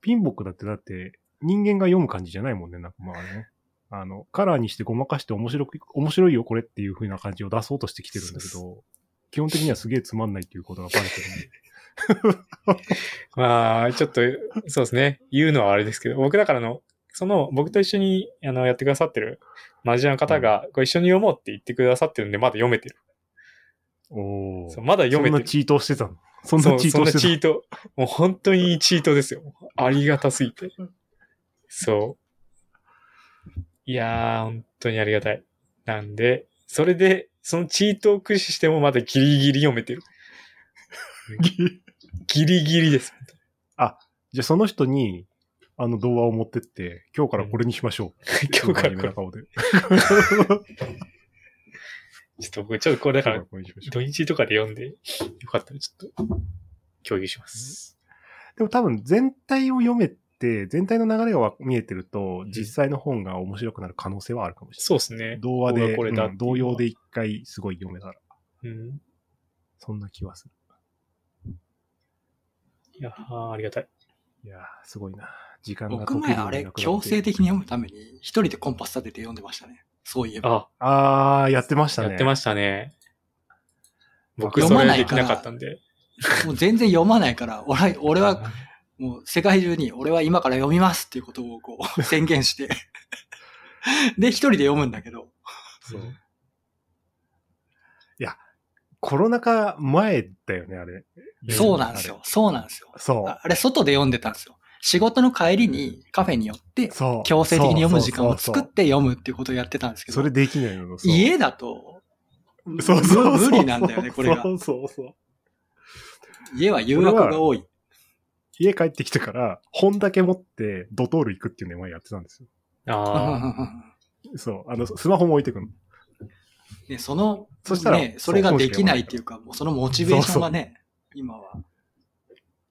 Speaker 2: ピンボックだって、だって、人間が読む感じじゃないもんね。なんかまあね。あの、カラーにしてごまかして面白く、面白いよこれっていう風な感じを出そうとしてきてるんだけ
Speaker 3: そう
Speaker 2: ど、基本的にはすげえつまんないっていうことがバレてるん で。
Speaker 3: まあ、ちょっと、そうですね。言うのはあれですけど、僕だからあの、その、僕と一緒にあのやってくださってるマジアの方が、これ一緒に読もうって言ってくださってるんで、まだ読めてる。
Speaker 2: お
Speaker 3: そう
Speaker 2: ー。
Speaker 3: まだ読
Speaker 2: そ
Speaker 3: め
Speaker 2: ん
Speaker 3: て
Speaker 2: な
Speaker 3: る。
Speaker 2: チートをしてたの。そん
Speaker 3: そ
Speaker 2: な
Speaker 3: う
Speaker 2: チートをしてた
Speaker 3: そん
Speaker 2: の
Speaker 3: なチート。もう本当にチートですよ。ありがたすぎて。そう。いやー、本当にありがたい。なんで、それで、そのチートを駆使してもまだギリギリ 読めてる。ギリギリです。
Speaker 2: じゃあその人に、あの動画を持ってって、今日からこれにしましょう。
Speaker 3: 今日からこ
Speaker 2: これ。
Speaker 3: れ。
Speaker 2: 顔で。
Speaker 3: ちょっと僕、ちょっとこれだから、
Speaker 2: これにしましょう
Speaker 3: 土日とかで読んで、よかったらちょっと、共有します。
Speaker 2: でも多分全体を読めて、全体の流れがわ見えてると、
Speaker 3: ん
Speaker 2: 実際の本が面白くなる可能性はあるかもしれない。
Speaker 3: そうですね。
Speaker 2: 童話で、
Speaker 3: これだ
Speaker 2: うん童謡で一回すごい読めたら、
Speaker 3: うん。
Speaker 2: そんな気はする。
Speaker 3: いやー、ありがたい。
Speaker 2: いやー、すごいな。時間が
Speaker 1: 僕前あれ、強制
Speaker 2: 的。
Speaker 1: 的に読むために、一人でコンパス立てて読んでましたね。そういえば。
Speaker 3: あ、
Speaker 2: あー、やってましたね。
Speaker 3: やってましたね。僕、
Speaker 2: 読
Speaker 3: そ
Speaker 2: ま
Speaker 3: れ
Speaker 2: ない
Speaker 3: できなかったんで。
Speaker 1: もう全然読まないから、俺は、俺は、もう世界中に、俺は今から読みますっていうことをこ う、宣言して。で、一人で読むんだけど。
Speaker 2: そう。いや、コロナ禍前だよね、あれ。
Speaker 1: そうなんですよ。そうなんですよ
Speaker 2: あ。れ。そ
Speaker 1: ああれ、外で読んでたんですよ。仕事の帰りにカフェに寄って
Speaker 2: う。、そう。
Speaker 1: 強制的に読む時間を
Speaker 2: そう
Speaker 1: 作
Speaker 2: そう
Speaker 1: っ
Speaker 2: そう
Speaker 1: て読むっていうことをやってたんですけ
Speaker 2: そ
Speaker 1: ど
Speaker 2: れ、できないの。そう
Speaker 1: 家だと、
Speaker 2: そうそうそう
Speaker 1: 無無理なんだよね、これが
Speaker 2: そ。うそうそう。
Speaker 1: 家は誘惑が多い。
Speaker 2: 家帰ってきてから、本だけ持って、ドトール行くっていうのを前やってたんですよ。
Speaker 3: ああ、
Speaker 2: そう。あの、スマホも置いてくの。
Speaker 1: ね、その、
Speaker 2: そしたら
Speaker 1: ね、それができないっていうか、もうそのモチベーションがね、今は。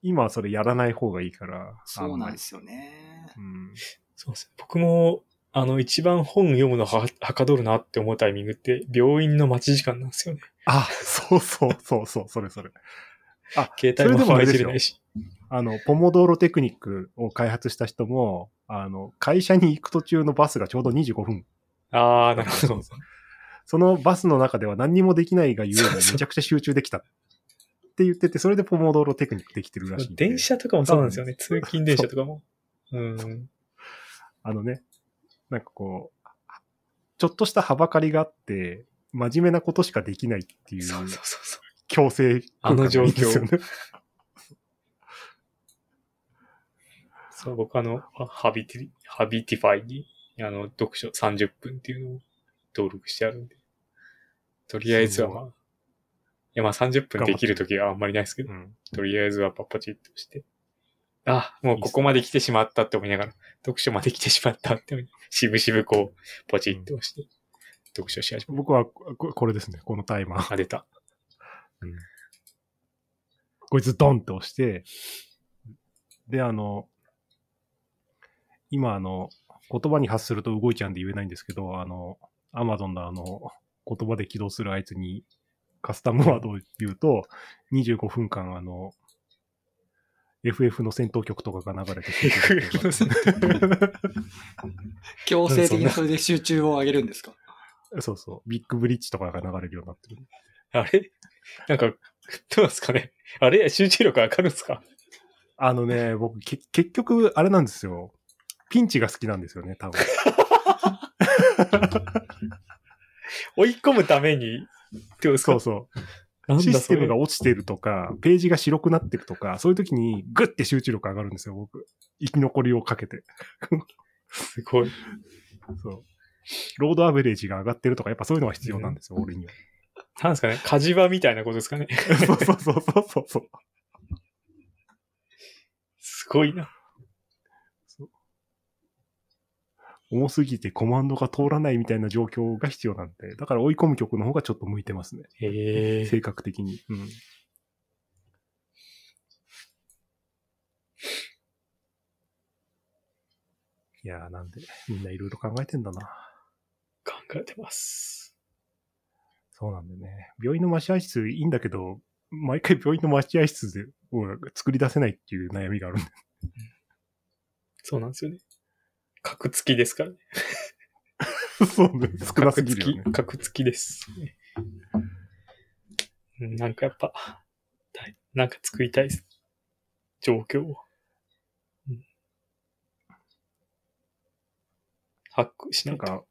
Speaker 2: 今はそれやらない方がいいから。。
Speaker 1: そうなんですすよね。
Speaker 2: うん。
Speaker 3: そうですね。僕も、あの、一番本読むのははかどるなって思うタイミングって、病院の待ち時間なんですよね。
Speaker 2: あ、 そうそうそうそう、それそれ。
Speaker 3: 携
Speaker 2: それ
Speaker 3: 帯も
Speaker 2: でもあれで
Speaker 3: 入れ
Speaker 2: す
Speaker 3: て
Speaker 2: よ
Speaker 3: れないし。
Speaker 2: あの、ポモドーロテクニックを開発した人も、あの、会社に行く途中のバスがちょうど25分。
Speaker 3: ああ、なるほど。
Speaker 2: そのバスの中では何にもできないがゆえに
Speaker 3: そうそう
Speaker 2: めちゃくちゃ集中できた。って言ってて、それでポモドーロテクニックできてるらしいんで。
Speaker 3: 電車とかもそうなんですよね。通勤電車とかも。うん。
Speaker 2: あのね、なんかこう、ちょっとしたはばかりがあって、真面目なことしかできないっていう
Speaker 3: そうそうそうそう。
Speaker 2: 強制空間がいいんですよね。
Speaker 3: そう、僕あの、ハビティ、ハビティファイに、あの、読書30分っていうのを登録してあるんで。とりあえずはまあ、いやまあ30分できるときはあんまりないですけど、
Speaker 2: うん
Speaker 3: とりあえずはパッパチッとして。あ、もうここまで来てしまったって思いながら、読書まで来てしまったって思い、しぶしぶこう、ポチッと押して、読書し始め
Speaker 2: 僕はここれですね、このタイマー。
Speaker 3: た。あ、出た。
Speaker 2: こいつドンって押して、で、あの、今、あの、言葉に発すると動いちゃうんで言えないんですけど、あの、アマゾンのあの、言葉で起動するあいつにカスタムワードを言うと、25分間、あの、FF の戦闘曲とかが流れてく
Speaker 3: FF の戦
Speaker 1: 強制的にそれで集中を上げるんですか
Speaker 2: そうそう、ビッグブリッジとかが流れるようになってる。
Speaker 3: あれなんか、どうですかねあれ集中力上がるんですか
Speaker 2: あの ね、僕、け結局、あれなんですよ。ピンチが好きなんですよね、 多分。
Speaker 3: 追い込むために、ってことです
Speaker 2: そ
Speaker 3: か
Speaker 2: うそう。
Speaker 3: なんだ
Speaker 2: システム
Speaker 3: そ
Speaker 2: が
Speaker 3: れ
Speaker 2: 落ちてるとか、ページが白くなってるとか、そういう時にグッて集中力上がるんですよ、僕。生き残りをかけて。
Speaker 3: すごい。
Speaker 2: そう。ロードアベレージが上がってるとか、やっぱそういうのが必要なんですよ、俺には。
Speaker 3: なんですかね火事場みたいなことですかね
Speaker 2: そうそうそうそうそうそう。
Speaker 3: すごいな。
Speaker 2: 重すぎてコマンドが通らないみたいな状況が必要なんで、だから追い込む曲の方がちょっと向いてますね。
Speaker 3: へえ。
Speaker 2: 性格的に。うん。いやーなんで、みんないろいろ考えてんだな。
Speaker 3: 考えてます。
Speaker 2: そうなんだよね。病院の待合室いいんだけど、毎回病院の待合室でを作り出せないっていう悩みがあるんだよ。
Speaker 3: そうなんですよね。格付きですからね。
Speaker 2: そうね。少なすぎるよね。
Speaker 3: 格付き、格付きです。なんかやっぱ、たいなんか作りたいです状況を。うんハックし
Speaker 2: なん
Speaker 3: ないと。
Speaker 2: か、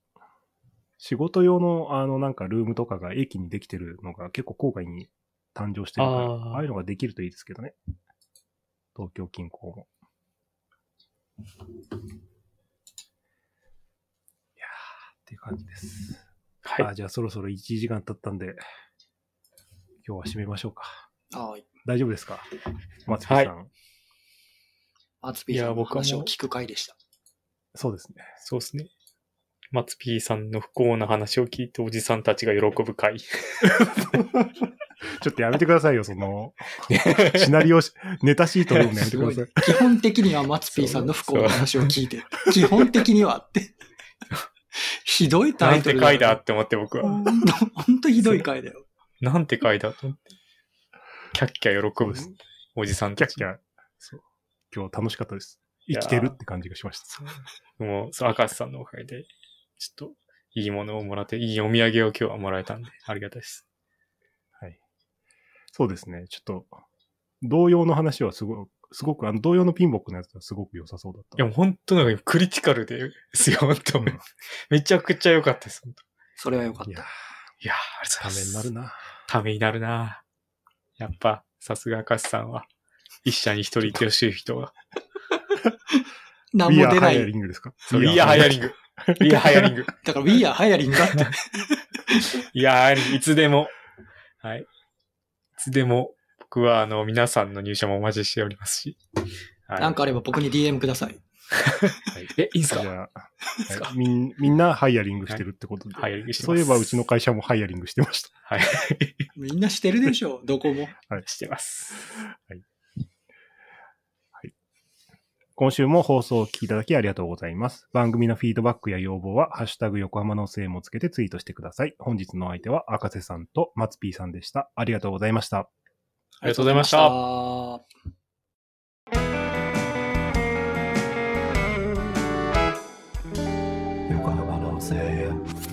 Speaker 2: 仕事用の、あの、なんか、ルームとかが駅にできてるのが結構郊外に誕生してるから、
Speaker 3: あー
Speaker 2: ああいうのができるといいですけどね。東京近郊も。いやー、っていう感じです。
Speaker 3: はい。
Speaker 2: あじゃあそろそろ1時間経ったんで、今日は締めましょうか。
Speaker 1: あー
Speaker 2: 大丈夫ですか松木さん、
Speaker 1: マツピーさ
Speaker 3: いや
Speaker 1: んの
Speaker 3: 僕はもう
Speaker 1: 話を聞く回でした。
Speaker 2: そうですね。
Speaker 3: そうですね。松 P さんの不幸な話を聞いておじさんたちが喜ぶ会。
Speaker 2: ちょっとやめてくださいよ、その、シナリオし、ネタシート読むのやめて
Speaker 1: す
Speaker 2: く
Speaker 1: ご
Speaker 2: だ
Speaker 1: い
Speaker 2: さ
Speaker 1: ね
Speaker 2: い。。
Speaker 1: 基本的にはマツピーさんの不幸の話を聞いて、 基本的にはって。ひどいタ
Speaker 3: な
Speaker 1: イ
Speaker 3: ん
Speaker 1: ト
Speaker 3: て
Speaker 1: ル
Speaker 3: 会だ
Speaker 1: よ
Speaker 3: って思って僕は。
Speaker 1: ほんとほんとひどい回だよ。
Speaker 3: なんて会だと思って。キャッキャ喜ぶおじさん
Speaker 2: キャ
Speaker 3: た
Speaker 2: ッ
Speaker 3: ち。
Speaker 2: キャ、そう。今日楽しかったです。生きてるって感じがしました。
Speaker 3: もう、そう、赤瀬さんのおかげで、ちょっと、いいものをもらって、いいお土産を今日はもらえたんで、ありがたいです。
Speaker 2: はい。そうですね。ちょっと、同様の話はすごすごく、あの、同様のピンボックのやつはすごく良さそうだっ
Speaker 3: い
Speaker 2: た。
Speaker 3: や、もう本当なんかクリティカルですよ、本 当
Speaker 2: うん
Speaker 3: めちゃくちゃ良かったです、本当
Speaker 1: それはよかっ
Speaker 2: いや
Speaker 1: た。
Speaker 3: いやー、ありがとう
Speaker 2: た
Speaker 3: ござ
Speaker 2: め
Speaker 3: い
Speaker 2: に
Speaker 3: ま
Speaker 2: な
Speaker 3: す。
Speaker 2: るな。
Speaker 3: ためになるなやっぱ、さすが赤瀬さんは、一社に一人いてほしい人が。
Speaker 2: ウ
Speaker 1: 何
Speaker 2: ィ
Speaker 1: も
Speaker 2: ア
Speaker 1: 出
Speaker 2: ー
Speaker 1: な
Speaker 2: ハイア
Speaker 1: い。
Speaker 2: リングですか
Speaker 3: そう、いや、ハイアリン
Speaker 2: グ。
Speaker 3: グ。 いや、ハイアリング。
Speaker 1: だから We are hiring だって。
Speaker 3: いや、ハイアリング。いつでも。はい。いつでも、僕は、あの、皆さんの入社もお待ちしておりますし。はい
Speaker 1: なんかあれば僕に DM ください。
Speaker 3: え、いいんす
Speaker 2: じ
Speaker 3: か
Speaker 2: ゃあ、
Speaker 3: すか
Speaker 2: はいみんみんなハイアリングしてるってことで。
Speaker 3: ハイアリングして
Speaker 2: そ
Speaker 3: ま
Speaker 2: う
Speaker 3: す。
Speaker 2: いえば、うちの会社もハイアリングしてました。
Speaker 3: はい。
Speaker 1: みんなしてるでしょ、どこも。
Speaker 3: してます。
Speaker 2: 今週も放送をお聞きいただきありがとうございます。番組のフィードバックや要望は、ハッシュタグ横浜のせいもつけてツイートしてください。本日のお相手は、赤瀬さんと松 P さんでした。ありがとうございました。
Speaker 3: ありがとうございました
Speaker 1: ありがとうございました。
Speaker 4: 横浜のせい